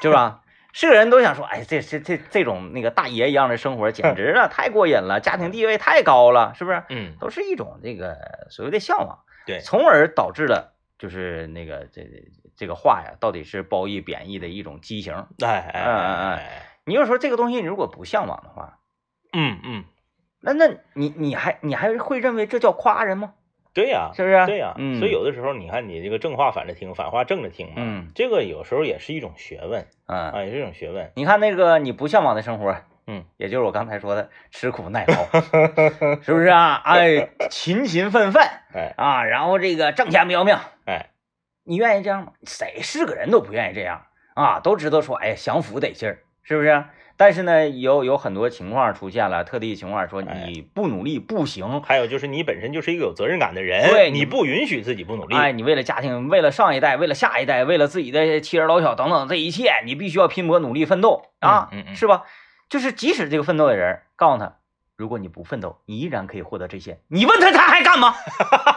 Speaker 1: 对吧？是个人都想说，哎，这这这这种那个大爷一样的生活，简直了，太过瘾了，家庭地位太高了，是不是？
Speaker 2: 嗯，
Speaker 1: 都是一种这个所谓的向往，
Speaker 2: 对
Speaker 1: 从而导致了就是那个这这个话呀，到底是褒义贬义的一种畸形。
Speaker 2: 哎哎
Speaker 1: 嗯
Speaker 2: 哎哎，
Speaker 1: 你要说这个东西，你如果不向往的话，
Speaker 2: 嗯嗯，
Speaker 1: 那那你你还你还会认为这叫夸人吗？
Speaker 2: 对呀，
Speaker 1: 是不是？
Speaker 2: 啊对呀，
Speaker 1: 嗯，
Speaker 2: 所以有的时候你看你这个正话反着听，反话正着听嘛，
Speaker 1: 嗯
Speaker 2: 这个有时候也是一种学问
Speaker 1: 嗯
Speaker 2: 啊，也是一种学问，
Speaker 1: 你看那个你不向往的生活，
Speaker 2: 嗯，
Speaker 1: 也就是我刚才说的吃苦耐 劳，是不是啊？哎，勤勤奋奋
Speaker 2: 哎
Speaker 1: 啊，然后这个挣钱不要命，
Speaker 2: 哎，
Speaker 1: 你愿意这样吗？谁是个人都不愿意这样啊，都知道说哎享福得劲儿，是不是？但是呢，有有很多情况出现了，特定情况说
Speaker 2: 哎
Speaker 1: 你不努力不行，
Speaker 2: 还有就是你本身就是一个有责任感的人，
Speaker 1: 对
Speaker 2: 你不允许自己不努力，
Speaker 1: 哎，你为了家庭，为了上一代，为了下一代，为了自己的妻儿老小等等这一切，你必须要拼搏、努力、奋斗啊，
Speaker 2: 嗯嗯嗯
Speaker 1: 是吧？就是即使这个奋斗的人告诉他，如果你不奋斗，你依然可以获得这些。你问他他还干吗？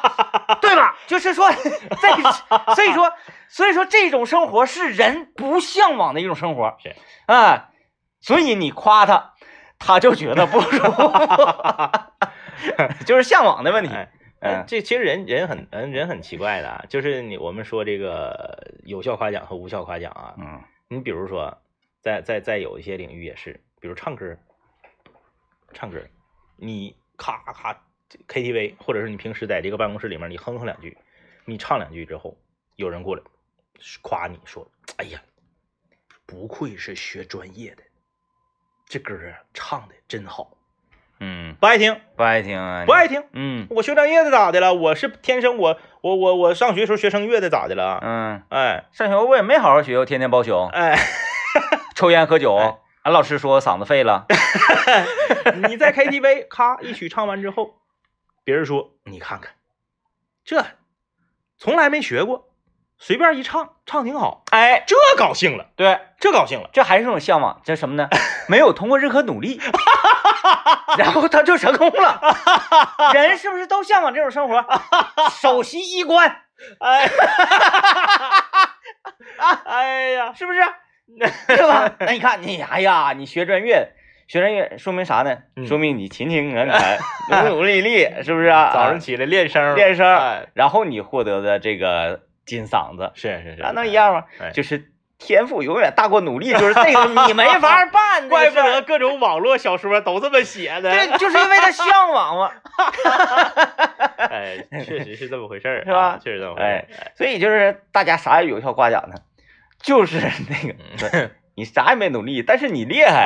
Speaker 1: 对吧？就是说，这所以说，所以说这种生活是人不向往的一种生活，
Speaker 2: 是
Speaker 1: 啊，所以你夸他，他就觉得不舒服， 就是向往的问题。嗯
Speaker 2: 哎哎，这其实人人很人人很奇怪的啊，就是你我们说这个有效夸奖和无效夸奖啊，
Speaker 1: 嗯
Speaker 2: 你比如说，在在在有一些领域也是，比如唱歌，唱歌，你咔咔 KTV，或者是你平时在这个办公室里面，你哼哼两句，你唱两句之后，有人过来夸你说：“哎呀，不愧是学专业的，这歌啊唱的真好。
Speaker 1: 嗯”。
Speaker 2: 不爱听，
Speaker 1: 不爱听啊，
Speaker 2: 不爱听。
Speaker 1: 嗯
Speaker 2: 我学专业的咋的了？我是天生我我我我上学时候学声乐的咋的了啊？
Speaker 1: 嗯，
Speaker 2: 哎
Speaker 1: 上学我也没好好学，我天天包宿，
Speaker 2: 哎，
Speaker 1: 抽烟喝酒。
Speaker 2: 哎
Speaker 1: 俺老师说我嗓子废了，
Speaker 2: 你在 KTV 咔一曲唱完之后，别人说你看看，这从来没学过，随便一唱唱挺好，
Speaker 1: 哎，
Speaker 2: 这高兴了，
Speaker 1: 对，
Speaker 2: 这高兴了。
Speaker 1: 这还是种向往，这什么呢？没有通过任何努 力，然后他就成功了。人是不是都向往这种生活？首席医官
Speaker 2: 哎，哎呀，
Speaker 1: 是不是？是吧？那你看你，哎呀，你学专业，学专业说明啥呢？
Speaker 2: 嗯
Speaker 1: 说明你勤勤恳恳，努努力力，是不是啊？
Speaker 2: 哎早上起来练声儿，
Speaker 1: 练声儿
Speaker 2: 哎
Speaker 1: 然后你获得的这个金嗓子，
Speaker 2: 是是是，
Speaker 1: 那能一？样吗
Speaker 2: 哎？
Speaker 1: 就是天赋永远大过努力，就是这 个你没法办这个
Speaker 2: 怪不
Speaker 1: 事儿
Speaker 2: 得各种网络小说都这么写的。
Speaker 1: 这就是因为他向往 嘛。
Speaker 2: 哎，确实是这么回事儿，
Speaker 1: 是吧哎
Speaker 2: 啊确实这么回事儿。
Speaker 1: 所以就是大家啥也有效夸奖呢，就是那个
Speaker 2: 哎，
Speaker 1: 你啥也没努力，但是你厉 害。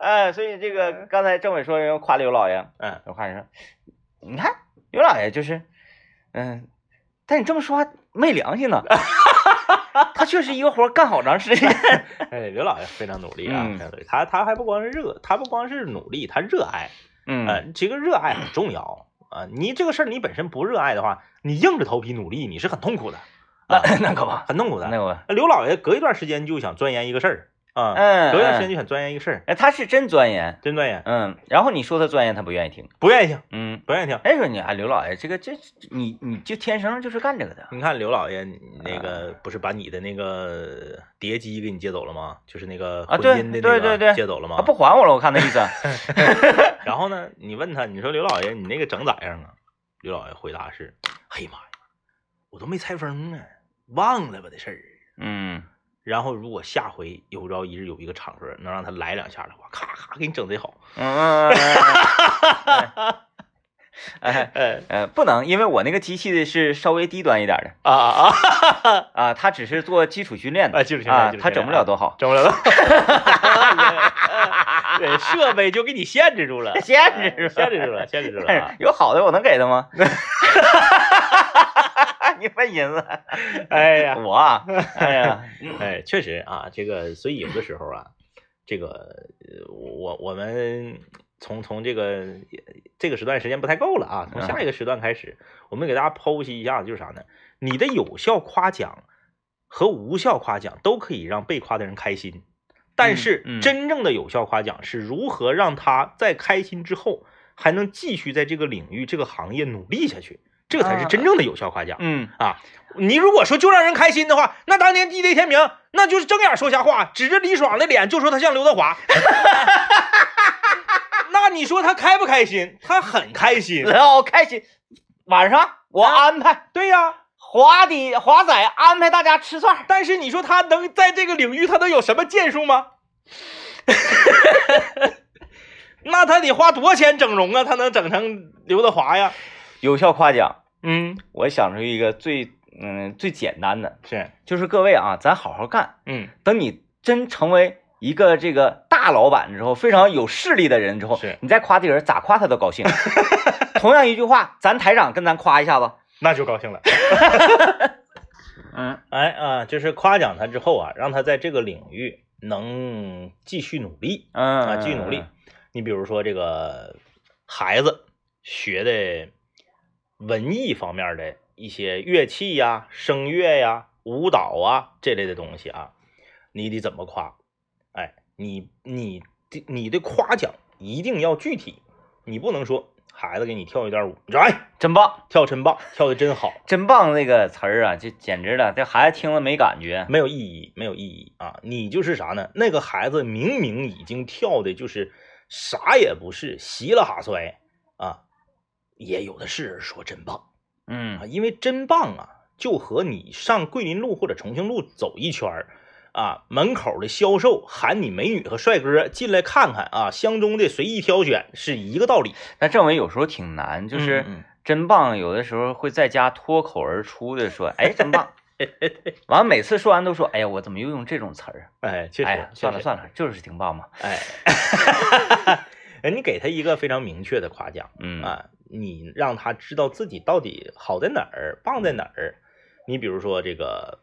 Speaker 1: 哎，所以这个刚才政委说人夸刘老爷，
Speaker 2: 嗯，
Speaker 1: 我看说，你看刘老爷就是，嗯，但你这么说话没良心呢。 他确实一个活儿干好长时间。
Speaker 2: 哎，刘老爷非常努力啊，
Speaker 1: 嗯
Speaker 2: 非常努力。他他还不光是热，他不光是努力，他热爱。
Speaker 1: 嗯，
Speaker 2: 呃，这个热爱很重要啊、你这个事儿你本身不热爱的话，你硬着头皮努力，你是很痛苦的，
Speaker 1: 那那可不，
Speaker 2: 很痛苦的。
Speaker 1: 那我，
Speaker 2: 呃刘老爷隔一段时间就想钻研一个事儿啊，
Speaker 1: 嗯
Speaker 2: 隔一段时间就想钻研一个事儿，
Speaker 1: 哎，他是真钻研，
Speaker 2: 真钻研，
Speaker 1: 嗯，然后你说他钻研，他不愿意听，
Speaker 2: 不愿意听，
Speaker 1: 嗯，
Speaker 2: 不愿意听。
Speaker 1: 哎，说你啊，刘老爷，这个这你你就天生就是干这个的，
Speaker 2: 你看刘老爷那个
Speaker 1: 啊
Speaker 2: 不是把你的那个碟机给你借走了吗？就是那个
Speaker 1: 啊
Speaker 2: 混
Speaker 1: 对
Speaker 2: 音的
Speaker 1: 对
Speaker 2: 那
Speaker 1: 对
Speaker 2: 个
Speaker 1: 对
Speaker 2: 借走了吗？
Speaker 1: 啊，不还我了，我看那意思，
Speaker 2: 然后呢，你问他，你说刘老爷，你那个整咋样啊？刘老爷回答是：嘿妈呀，我都没拆封呢，忘了吧的事儿。
Speaker 1: 嗯，
Speaker 2: 然后如果下回有朝一日有一个场合能让他来两下的话，咔咔给你整贼好。
Speaker 1: 嗯嗯嗯嗯嗯嗯嗯 哎
Speaker 2: 哎
Speaker 1: 呃，不能，因为我那个机器是稍微低端一点的
Speaker 2: 啊啊啊！
Speaker 1: 啊，它只是做基础训练的
Speaker 2: 啊，技术性
Speaker 1: 啊，它整不了，多好，
Speaker 2: 整不了多。 对，设备就给你限制住了，
Speaker 1: 限制哎住了
Speaker 2: 限制住了，限制住了
Speaker 1: 但
Speaker 2: 啊
Speaker 1: 是！有好的我能给他 吗？你费银子，
Speaker 2: 哎呀，
Speaker 1: 我 啊，哎呀，
Speaker 2: 哎，确实啊，这个所以有的时候啊，这个呃我我们从从这个这个时段时间不太够了啊，从下一个时段开始，我们给大家剖析一下子，就是啥呢？你的有效夸奖和无效夸奖都可以让被夸的人开心，但
Speaker 1: 嗯
Speaker 2: 是
Speaker 1: 嗯
Speaker 2: 真正的有效夸奖是如何让他在开心之后还能继续在这个领域、这个行业努力下去，这个才
Speaker 1: 啊
Speaker 2: 是真正的有效夸奖。
Speaker 1: 嗯，
Speaker 2: 啊，你如果说就让人开心的话，那当年 DJ 天明那就是睁眼说瞎话，指着李爽的脸就说他像刘德华。 那你说他开不开心？他很开心。
Speaker 1: 老开心，晚上我安排
Speaker 2: 对呀、
Speaker 1: 华的华仔安排大家吃串儿，
Speaker 2: 但是你说他能在这个领域他能有什么建树吗？ 那他得花多少钱整容啊？他能整成刘德华呀？
Speaker 1: 有效夸奖。
Speaker 2: 嗯，
Speaker 1: 我想出一个最嗯最简单的，
Speaker 2: 是，
Speaker 1: 就是各位啊，咱好好干，
Speaker 2: 嗯，
Speaker 1: 等你真成为一个这个大老板之后，非常有势力的人之后
Speaker 2: 是，
Speaker 1: 你再夸这个人，咋夸他都高 兴。同样一句话，咱台长跟咱夸一下子，
Speaker 2: 那就高兴了。
Speaker 1: 嗯
Speaker 2: 哎啊，就是夸奖他之后啊，让他在这个领域能继续努力
Speaker 1: 嗯
Speaker 2: 啊，继续努力。你比如说这个孩子学的文艺方面的一些乐器呀、声乐呀、舞蹈啊这类的东西啊，你得怎么夸？哎，你你的你的夸奖一定要具体，你不能说孩子给你跳一段舞，你说哎
Speaker 1: 真棒，
Speaker 2: 跳真棒，跳的真好，
Speaker 1: 真棒！这个词儿啊，就简直了，这孩子听了没感觉。
Speaker 2: 没有意义，没有意义啊！你就是啥呢？那个孩子明明已经跳的就是啥也不是，稀了哈摔啊，也有的是人说真棒啊，
Speaker 1: 嗯
Speaker 2: 因为真棒啊，就和你上桂林路或者重庆路走一圈儿啊，门口的销售喊你美女和帅哥进来看看啊，相中的随意挑选是一个道理。
Speaker 1: 但政委有时候挺难，就是
Speaker 2: 嗯嗯
Speaker 1: 真棒，有的时候会在家脱口而出的说：“哎，真棒。”完了，每次说完都说：“哎呀，我怎么又用这种词儿
Speaker 2: 哎，确
Speaker 1: 啊？”
Speaker 2: 实，
Speaker 1: 哎呀，算了
Speaker 2: 确实
Speaker 1: 算了，就是挺棒嘛。
Speaker 2: 哎， 哎你给他一个非常明确的夸奖。
Speaker 1: 嗯
Speaker 2: 啊，你让他知道自己到底好在哪儿，棒在哪儿。你比如说这个，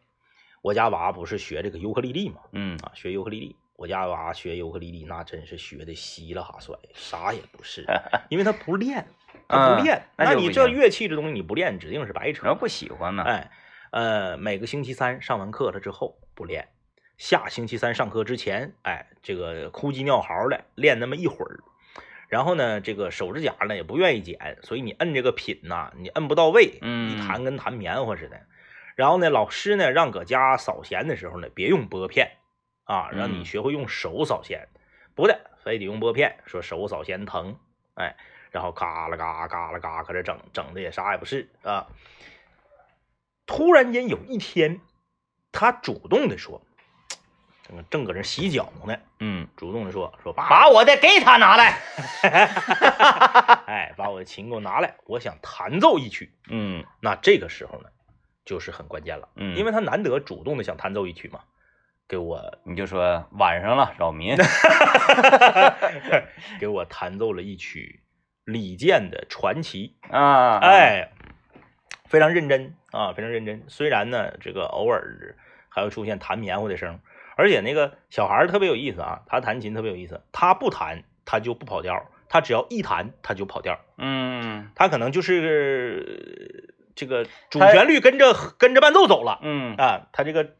Speaker 2: 我家娃不是学这个尤克里里嘛，
Speaker 1: 嗯
Speaker 2: 啊，学尤克里里。我家娃学尤克里里，那真是学的稀了哈摔，啥也不 是，因为他不练，他
Speaker 1: 嗯
Speaker 2: 不练。
Speaker 1: 那
Speaker 2: 那
Speaker 1: 就
Speaker 2: 你
Speaker 1: 不
Speaker 2: 这
Speaker 1: 行
Speaker 2: 乐器这东西你不练，指定是白
Speaker 1: 主要
Speaker 2: 扯。
Speaker 1: 不喜欢嘛。
Speaker 2: 哎，呃，每个星期三上完课了之后不练，下星期三上课之前，哎，这个哭鸡尿嚎的练那么一会儿，然后呢，这个手指甲呢也不愿意剪，所以你摁这个品呐、你摁不到位，
Speaker 1: 嗯
Speaker 2: 一弹跟弹棉花似的。然后呢，老师呢让搁家扫弦的时候呢，别用拨片啊，让你
Speaker 1: 嗯
Speaker 2: 学会用手扫弦，不的，非得用拨片，说手扫弦疼，哎，然后嘎啦嘎嘎啦嘎，搁这整整的也啥也不是啊。突然间有一天，他主动的说，正正搁这洗脚呢，
Speaker 1: 嗯，
Speaker 2: 主动的说说爸爸
Speaker 1: 把我的给他拿来。
Speaker 2: 哎，把我的琴给我拿来，我想弹奏一曲。
Speaker 1: 嗯
Speaker 2: 那这个时候呢，就是很关键了，
Speaker 1: 嗯，
Speaker 2: 因为他难得主动的想弹奏一曲嘛，给我
Speaker 1: 你就说晚上了，扰 民。
Speaker 2: 给我弹奏了一曲李健的《传奇》，
Speaker 1: 啊，，
Speaker 2: 哎，非常认真啊，非常认真。虽然呢，这个偶尔还会出现弹棉花的声儿，而且那个小孩儿特别有意思啊，他弹琴特别有意思，他不弹他就不跑调儿，他只要一弹他就跑调儿。
Speaker 1: 嗯
Speaker 2: 他可能就是呃这个主
Speaker 1: 他
Speaker 2: 旋律跟着跟着伴奏走了
Speaker 1: 嗯，
Speaker 2: 啊，他这个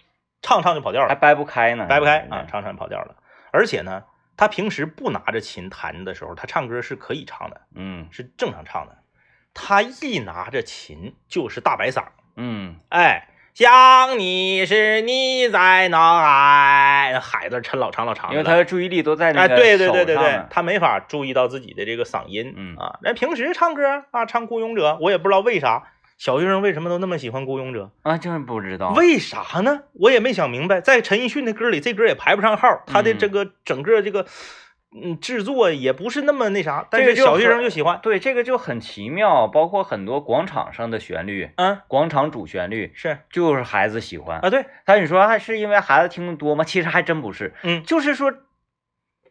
Speaker 2: 唱唱就跑调
Speaker 1: 还
Speaker 2: 了，
Speaker 1: 掰不开呢，
Speaker 2: 掰不开
Speaker 1: 嗯，
Speaker 2: 啊唱唱跑调了。而且呢，他平时不拿着琴弹的时候，他唱歌是可以唱的，
Speaker 1: 嗯
Speaker 2: 是正常唱的。他一拿着琴就是大白嗓，
Speaker 1: 嗯，
Speaker 2: 哎，想你时你在脑海，那海字抻老长老长的
Speaker 1: 因为
Speaker 2: 了，
Speaker 1: 他的注意力都在那
Speaker 2: 哎，
Speaker 1: 个
Speaker 2: 对对对
Speaker 1: 手
Speaker 2: 对
Speaker 1: 上
Speaker 2: 对
Speaker 1: 呢，
Speaker 2: 他没法注意到自己的这个嗓音，
Speaker 1: 嗯
Speaker 2: 啊，那平时唱歌啊，唱《孤勇者》，我也不知道为啥小学生为什么都那么喜欢《孤勇者
Speaker 1: 啊，就是不知道》，
Speaker 2: 为啥呢？
Speaker 1: 嗯
Speaker 2: 我也没想明白，在陈奕迅的歌里，这歌也排不上号，他的这个整个这个嗯制作也不是那么那啥，但
Speaker 1: 这
Speaker 2: 是
Speaker 1: 个就
Speaker 2: 小学生
Speaker 1: 很
Speaker 2: 就喜欢，
Speaker 1: 对，这个就很奇妙，包括很多广场上的旋律，
Speaker 2: 嗯，
Speaker 1: 广场主旋律
Speaker 2: 是
Speaker 1: 就是孩子喜欢。
Speaker 2: 啊，对，
Speaker 1: 但你说还是因为孩子听得多吗？其实还真不是，
Speaker 2: 嗯，
Speaker 1: 就是说，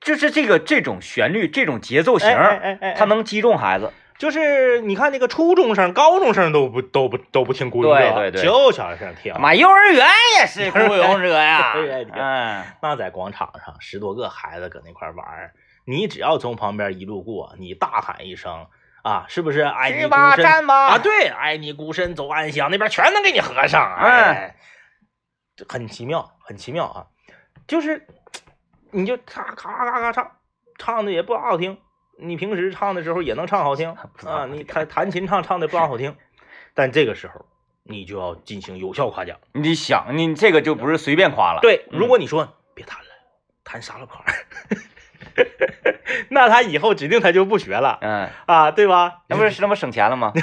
Speaker 1: 就是这个这种旋律、这种节奏型
Speaker 2: 哎
Speaker 1: 儿，
Speaker 2: 哎哎哎，
Speaker 1: 它能击中孩子。
Speaker 2: 就是你看那个初中生、高中生都不都不都不听孤勇
Speaker 1: 对
Speaker 2: 者，
Speaker 1: 对对
Speaker 2: 就小学生 听。
Speaker 1: 妈，幼儿园也是孤勇者呀
Speaker 2: 幼儿园也！听
Speaker 1: 嗯，
Speaker 2: 那在广场上十多个孩子搁那块玩儿，你只要从旁边一路过，你大喊一声啊，是不是？哎，你
Speaker 1: 去吧，
Speaker 2: 孤身
Speaker 1: 站吧！
Speaker 2: 啊，对，哎，你孤身走暗巷，那边全能给你合上，哎，这很奇妙，很奇妙啊，就是你就咔咔咔咔唱，唱的也不大好听，你平时唱的时候也能唱好听
Speaker 1: 不大好
Speaker 2: 啊，你弹弹琴唱唱的不大好听，但这个时候你就要进行有效夸奖，
Speaker 1: 你想，你这个就不是随便夸了。，
Speaker 2: 对，
Speaker 1: 嗯
Speaker 2: 如果你说、别弹了，弹沙拉块儿， 那他以后指定他就不学了
Speaker 1: 嗯，
Speaker 2: 啊，对吧？
Speaker 1: 那不是那不省钱了 吗？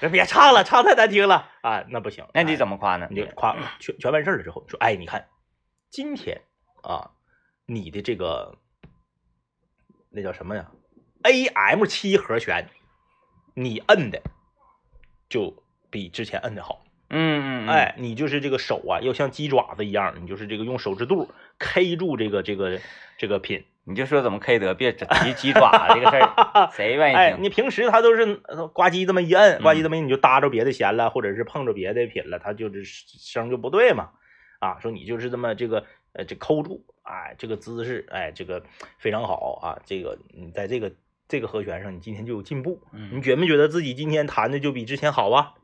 Speaker 2: 是别唱了，唱太难听了啊，那不行，
Speaker 1: 那你
Speaker 2: 哎
Speaker 1: 怎么夸呢？
Speaker 2: 你就夸全全完事儿了之后，说哎，你看今天啊，你的这个那叫什么呀？AM 七和弦，你摁的就比之前摁的好。
Speaker 1: 嗯嗯，嗯，
Speaker 2: 哎，你就是这个手啊，要像鸡爪子一样，你就是这个用手指肚 K 住这个这个这个品。
Speaker 1: 你就说怎么 K 得，别提鸡爪这个事儿， 谁
Speaker 2: 哎
Speaker 1: 愿，意听？
Speaker 2: 你平时他都是呃呱唧这么一摁，
Speaker 1: 嗯
Speaker 2: 呱唧这么一你就搭着别的弦了，或者是碰着别的品了，他就是声就不对嘛。啊，说你就是这么这个呃这抠住，哎，这个姿势，哎，这个非常好啊，这个你在这个这个和弦上，你今天就有进步。你
Speaker 1: 嗯
Speaker 2: 觉没觉得自己今天弹的就比之前好啊？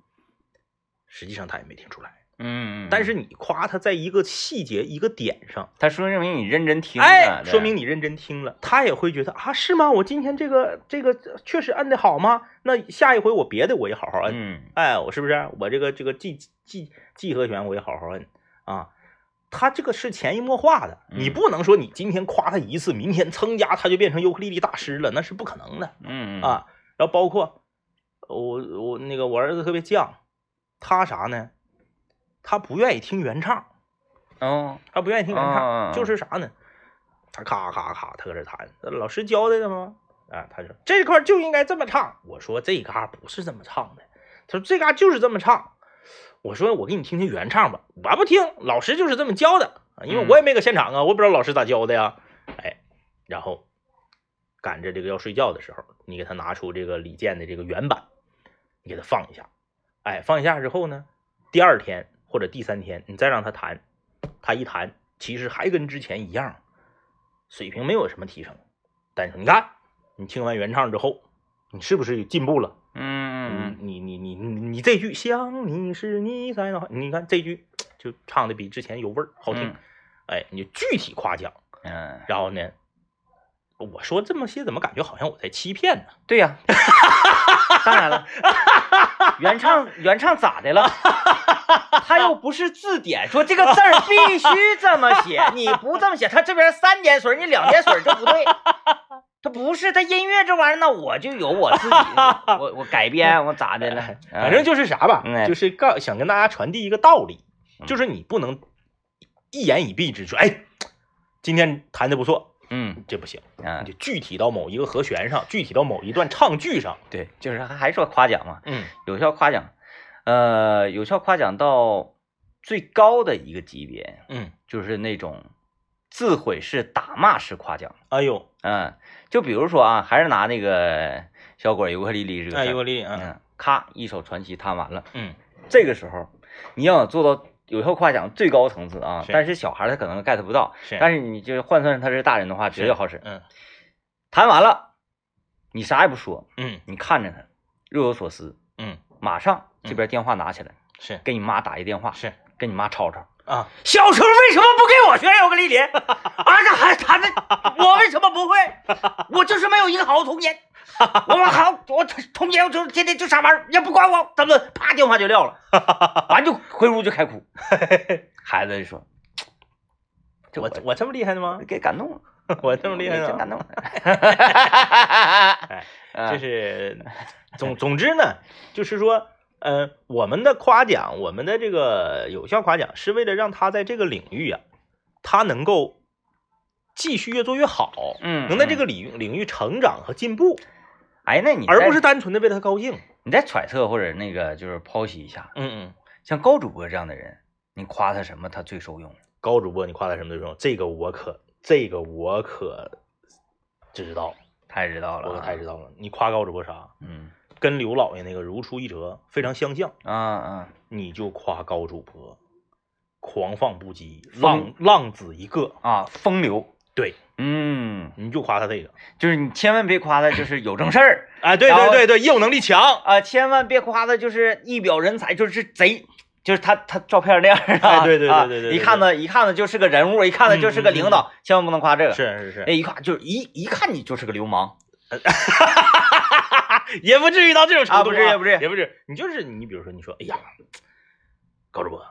Speaker 2: 实际上他也没听出来，
Speaker 1: 嗯，嗯
Speaker 2: 但是你夸他在一个细节一个点上，
Speaker 1: 他说明你认真听呢，啊
Speaker 2: 哎，
Speaker 1: 对
Speaker 2: 说明你认真听了，他也会觉得啊，是吗？我今天这个这个确实摁的好吗？那下一回我别的我也好好摁，
Speaker 1: 嗯
Speaker 2: 哎，我是不是我这个这个 G G G 和弦我也好好摁啊？他这个是潜移默化的，
Speaker 1: 嗯
Speaker 2: 你不能说你今天夸他一次，明天噌家他就变成尤克里里大师了，那是不可能的
Speaker 1: 嗯嗯，
Speaker 2: 啊。然后包括呃我我那个我儿子特别犟，他啥呢？他不愿意听原唱。
Speaker 1: 哦，
Speaker 2: 他不愿意听原
Speaker 1: 啊啊
Speaker 2: 唱，
Speaker 1: 啊
Speaker 2: 就是啥呢？他咔咔咔，他搁这弹，那老师教的吗？啊，他说这块儿就应该这么唱。我说这嘎不是这么唱的，他说这嘎就是这么唱。我说我给你听听原唱吧，我不听，老师就是这么教的，啊因为我也没搁现场啊，我不知道老师咋教的呀。哎，然后赶着这个要睡觉的时候，你给他拿出这个李健的这个原版，你给他放一下。哎，放一下之后呢，第二天或者第三天，你再让他弹，他一弹，其实还跟之前一样，水平没有什么提升。但是你看，你听完原唱之后，你是不是有进步了？
Speaker 1: 嗯嗯
Speaker 2: 你你你你你这句“想你时你在脑海”，你看这句就唱的比之前有味儿，好听。
Speaker 1: 嗯
Speaker 2: 哎，你就具体夸奖，
Speaker 1: 嗯嗯，
Speaker 2: 然后呢，我说这么些怎么感觉好像我在欺骗呢？
Speaker 1: 对 呀，当然了，原唱原唱咋的了？他又不是字典，说这个字儿必须这么写，你不这么写，他这边三点水，你两点水就不对。他不是，他音乐这玩意儿，那我就有我自己，我我改编，我咋 的了？啊
Speaker 2: 反正就是啥吧，
Speaker 1: 嗯哎
Speaker 2: 就是告想跟大家传递一个道理，
Speaker 1: 嗯
Speaker 2: 就是你不能一言以蔽之，说哎，今天弹的不错，
Speaker 1: 嗯
Speaker 2: 这不行，
Speaker 1: 嗯
Speaker 2: 你就，具体到某一个和弦上，具体到某一段唱句上。
Speaker 1: 对，就是还还说夸奖嘛，
Speaker 2: 嗯
Speaker 1: 有效夸奖，呃，有效夸奖到最高的一个级别，
Speaker 2: 嗯，
Speaker 1: 就是那种自毁式打骂式夸奖。
Speaker 2: 哎呦，
Speaker 1: 嗯，就比如说啊，还是拿那个小果尤克里里这个
Speaker 2: 哎
Speaker 1: 事
Speaker 2: 呦
Speaker 1: 儿，
Speaker 2: 丽，嗯
Speaker 1: 嗯，咔一首传奇弹完了，
Speaker 2: 嗯
Speaker 1: 这个时候你要想做到有效夸奖最高层次啊，
Speaker 2: 是
Speaker 1: 但是小孩儿他可能 get 不到，
Speaker 2: 是，
Speaker 1: 但
Speaker 2: 是
Speaker 1: 是你就是换算成他是大人的话，绝对好使。
Speaker 2: 嗯
Speaker 1: 弹完了，你啥也不说，
Speaker 2: 嗯
Speaker 1: 你看着他，若有所思，
Speaker 2: 嗯
Speaker 1: 马上这边电话拿起来，
Speaker 2: 是
Speaker 1: 给你妈打一电话，
Speaker 2: 是
Speaker 1: 跟你妈吵吵。
Speaker 2: 啊，
Speaker 1: 小时候为什么不给我学尤克里里？ 啊，这还弹的，我为什么不会？我就是没有一个好的 童年。我好，我童年我就是天天就傻玩儿，也不管我，怎么啪电话就撂 了，完就回屋就开哭。孩子就说：“这
Speaker 2: 我我这么厉害 的吗？
Speaker 1: 给感动了，
Speaker 2: 我这么厉害
Speaker 1: 真
Speaker 2: 吗
Speaker 1: 感？ 动了。”哎，
Speaker 2: 就是总总之呢，就是说，呃，我们的夸奖，我们的这个有效夸奖，是为了让他在这个领域啊，他能够继续越做越好，
Speaker 1: 嗯，
Speaker 2: 能在这
Speaker 1: 嗯，
Speaker 2: 个领域领域成长和进步，
Speaker 1: 哎，那你
Speaker 2: 而不
Speaker 1: 再
Speaker 2: 是单纯的为了他高兴。
Speaker 1: 你再揣测或者那个就是剖析一下，
Speaker 2: 嗯嗯，
Speaker 1: 像高主播这样的人，你夸他什么他最受用？
Speaker 2: 高主播你夸他什么都用，这个我可这个我可知道，
Speaker 1: 太知道了，啊
Speaker 2: 我可太知，道了。你夸高主播啥？
Speaker 1: 嗯
Speaker 2: 跟刘老爷那个如出一辙，非常相像。
Speaker 1: 啊啊，
Speaker 2: 你就夸高主播，狂放不羁，
Speaker 1: 浪
Speaker 2: 浪浪子一个。
Speaker 1: 啊，风流，
Speaker 2: 对，
Speaker 1: 嗯，
Speaker 2: 你就夸他这个。
Speaker 1: 就是你千万别夸他，就是有正事 儿
Speaker 2: 哎，对
Speaker 1: 然后
Speaker 2: 对对对，业务能力强。
Speaker 1: 啊，千万别夸他就是一表人才，就是贼，就是他他照片那样儿啊，
Speaker 2: 哎对对对
Speaker 1: 啊
Speaker 2: 对对对嗯
Speaker 1: 一看呢一看呢就是个人物，一看呢就是个领导，千万不能夸这个，
Speaker 2: 是是
Speaker 1: 哎，
Speaker 2: 是，
Speaker 1: 一看就是一一看你就是个流氓，
Speaker 2: 也不至于到这种程
Speaker 1: 啊
Speaker 2: 度、
Speaker 1: 不是也不是
Speaker 2: 也不是，你就是你，比如说你说，哎呀，高主播，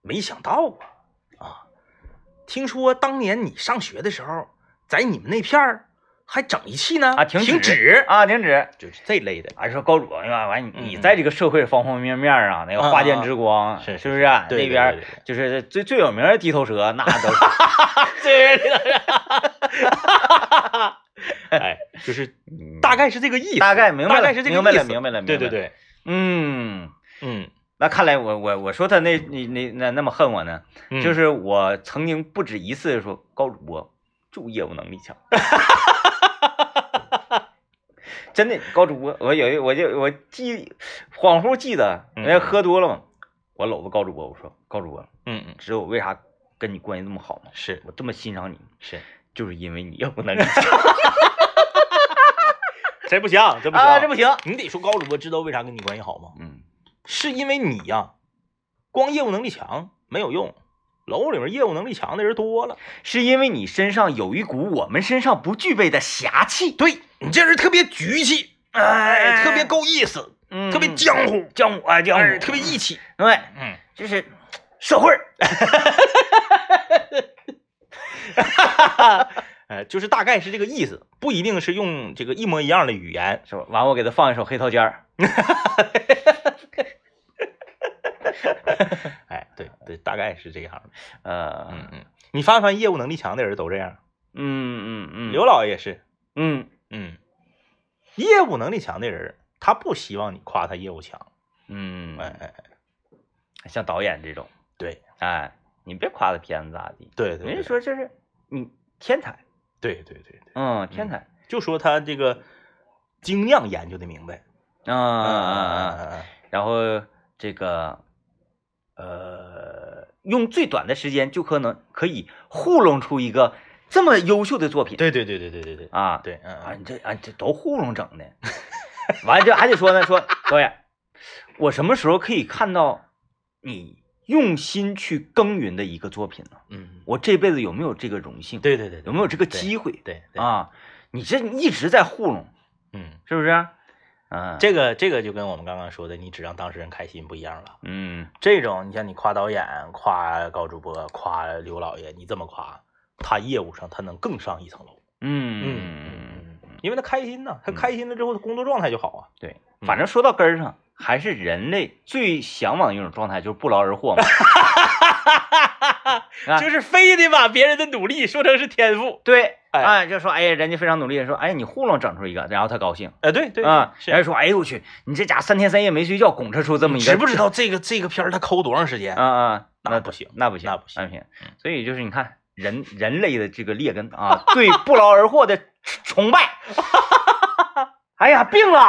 Speaker 2: 没想到啊啊，听说当年你上学的时候，在你们那片儿还整一气呢
Speaker 1: 啊停止
Speaker 2: 停止，
Speaker 1: 啊，停止。
Speaker 2: 就是这类的。
Speaker 1: 完说高主，哎呀，完你
Speaker 2: 嗯
Speaker 1: 你在这个社会方方面面啊，那个花间之光，
Speaker 2: 是
Speaker 1: 是不是啊？
Speaker 2: 对
Speaker 1: 那边
Speaker 2: 对对
Speaker 1: 儿就是最最有名的地头蛇，那都是
Speaker 2: 对对对， 哎，就是大概是这个意思，
Speaker 1: 大概明白了
Speaker 2: 嗯大概是这个
Speaker 1: 明白了
Speaker 2: 意思
Speaker 1: 明白了明白
Speaker 2: 对
Speaker 1: 了
Speaker 2: 对对，
Speaker 1: 嗯。
Speaker 2: 嗯，
Speaker 1: 那看来我我我说他那你你那那么恨我呢，
Speaker 2: 嗯
Speaker 1: 就是我曾经不止一次地说高主播就业务能力 强，真的高主播，我有一我就我记恍惚记得，
Speaker 2: 嗯
Speaker 1: 人家喝多了嘛，我搂着高主播我说高主播，
Speaker 2: 嗯嗯
Speaker 1: 知道我为啥跟你关系这么好吗？
Speaker 2: 是
Speaker 1: 我这么欣赏你，
Speaker 2: 是，
Speaker 1: 就是因为你要 不能理
Speaker 2: 这不行，这不行，
Speaker 1: 啊，这不行。
Speaker 2: 你得说高主播知道为啥跟你关系好吗？
Speaker 1: 嗯，
Speaker 2: 是因为你呀、光业务能力强没有用，楼里面业务能力强的人多了。
Speaker 1: 是因为你身上有一股我们身上不具备的侠气，
Speaker 2: 对你这人特别局气，哎，特别够意思，
Speaker 1: 嗯
Speaker 2: 特别江湖，江湖哎，江
Speaker 1: 湖
Speaker 2: 特别义气。
Speaker 1: 对，
Speaker 2: 嗯，
Speaker 1: 就是社会儿
Speaker 2: 哎，就是大概是这个意思，不一定是用这个一模一样的语言。
Speaker 1: 是吧？完，我给他放一首《黑桃尖儿
Speaker 2: 哎，对对，大概是这样的。》，
Speaker 1: 呃，
Speaker 2: 嗯嗯，你发没发现业务能力强的人都这样？
Speaker 1: 嗯嗯嗯，
Speaker 2: 刘老爷也是，
Speaker 1: 嗯
Speaker 2: 嗯，业务能力强的人，他不希望你夸他业务强。
Speaker 1: 嗯，
Speaker 2: 哎哎，哎
Speaker 1: 像导演这种，
Speaker 2: 对
Speaker 1: 哎，你别夸他片子咋地，
Speaker 2: 对对，
Speaker 1: 人
Speaker 2: 对
Speaker 1: 家说这是你天才，
Speaker 2: 对对对对。
Speaker 1: 嗯，天才，
Speaker 2: 就说他这个精酿研究的明白。
Speaker 1: 嗯嗯嗯嗯，
Speaker 2: 嗯嗯，
Speaker 1: 然后这个，呃，用最短的时间就可能可以糊弄出一个这么优秀的作品，
Speaker 2: 对对对对对对对
Speaker 1: 啊，
Speaker 2: 对，嗯
Speaker 1: 啊，
Speaker 2: 嗯
Speaker 1: 你这啊这都糊弄整的， 完就还得说呢，说导演，我什么时候可以看到你用心去耕耘的一个作品呢？
Speaker 2: 嗯，
Speaker 1: 我这辈子有没有这个荣幸？，
Speaker 2: 对对对，对
Speaker 1: 有没有这个机会？
Speaker 2: 对对，
Speaker 1: 啊，你这你一直在糊弄，
Speaker 2: 嗯，
Speaker 1: 是不是？嗯，
Speaker 2: 这个这个就跟我们刚刚说的，你只让当事人开心不一样了。
Speaker 1: 嗯
Speaker 2: 这种你像你夸导演、夸高主播、夸刘老爷，你这么夸，他业务上他能更上一层楼。
Speaker 1: 嗯
Speaker 2: 嗯嗯，因为他开心呐，他开心了之后，他工作状态就好啊。
Speaker 1: 对，反正说到根儿上，还是人类最向往的一种状态，就是不劳而获 嘛。啊
Speaker 2: 就是非得把别人的努力说成是天赋。
Speaker 1: 对，
Speaker 2: 哎
Speaker 1: 啊，就说哎呀，人家非常努力，说哎呀你糊弄整出一个，然后他高兴
Speaker 2: 哎，对对
Speaker 1: 啊，
Speaker 2: 是
Speaker 1: 人家说哎呦我去，你这家三天三夜没睡觉，拱扯出这么一个，
Speaker 2: 知不知道这个这个片儿他抠多长时 间？
Speaker 1: 啊啊，
Speaker 2: 那
Speaker 1: 那
Speaker 2: 不行
Speaker 1: 那不行，
Speaker 2: 那不行嗯
Speaker 1: 那不行。所以就是你看人人类的这个劣根啊，对不劳而获 的崇拜。哎呀，病了！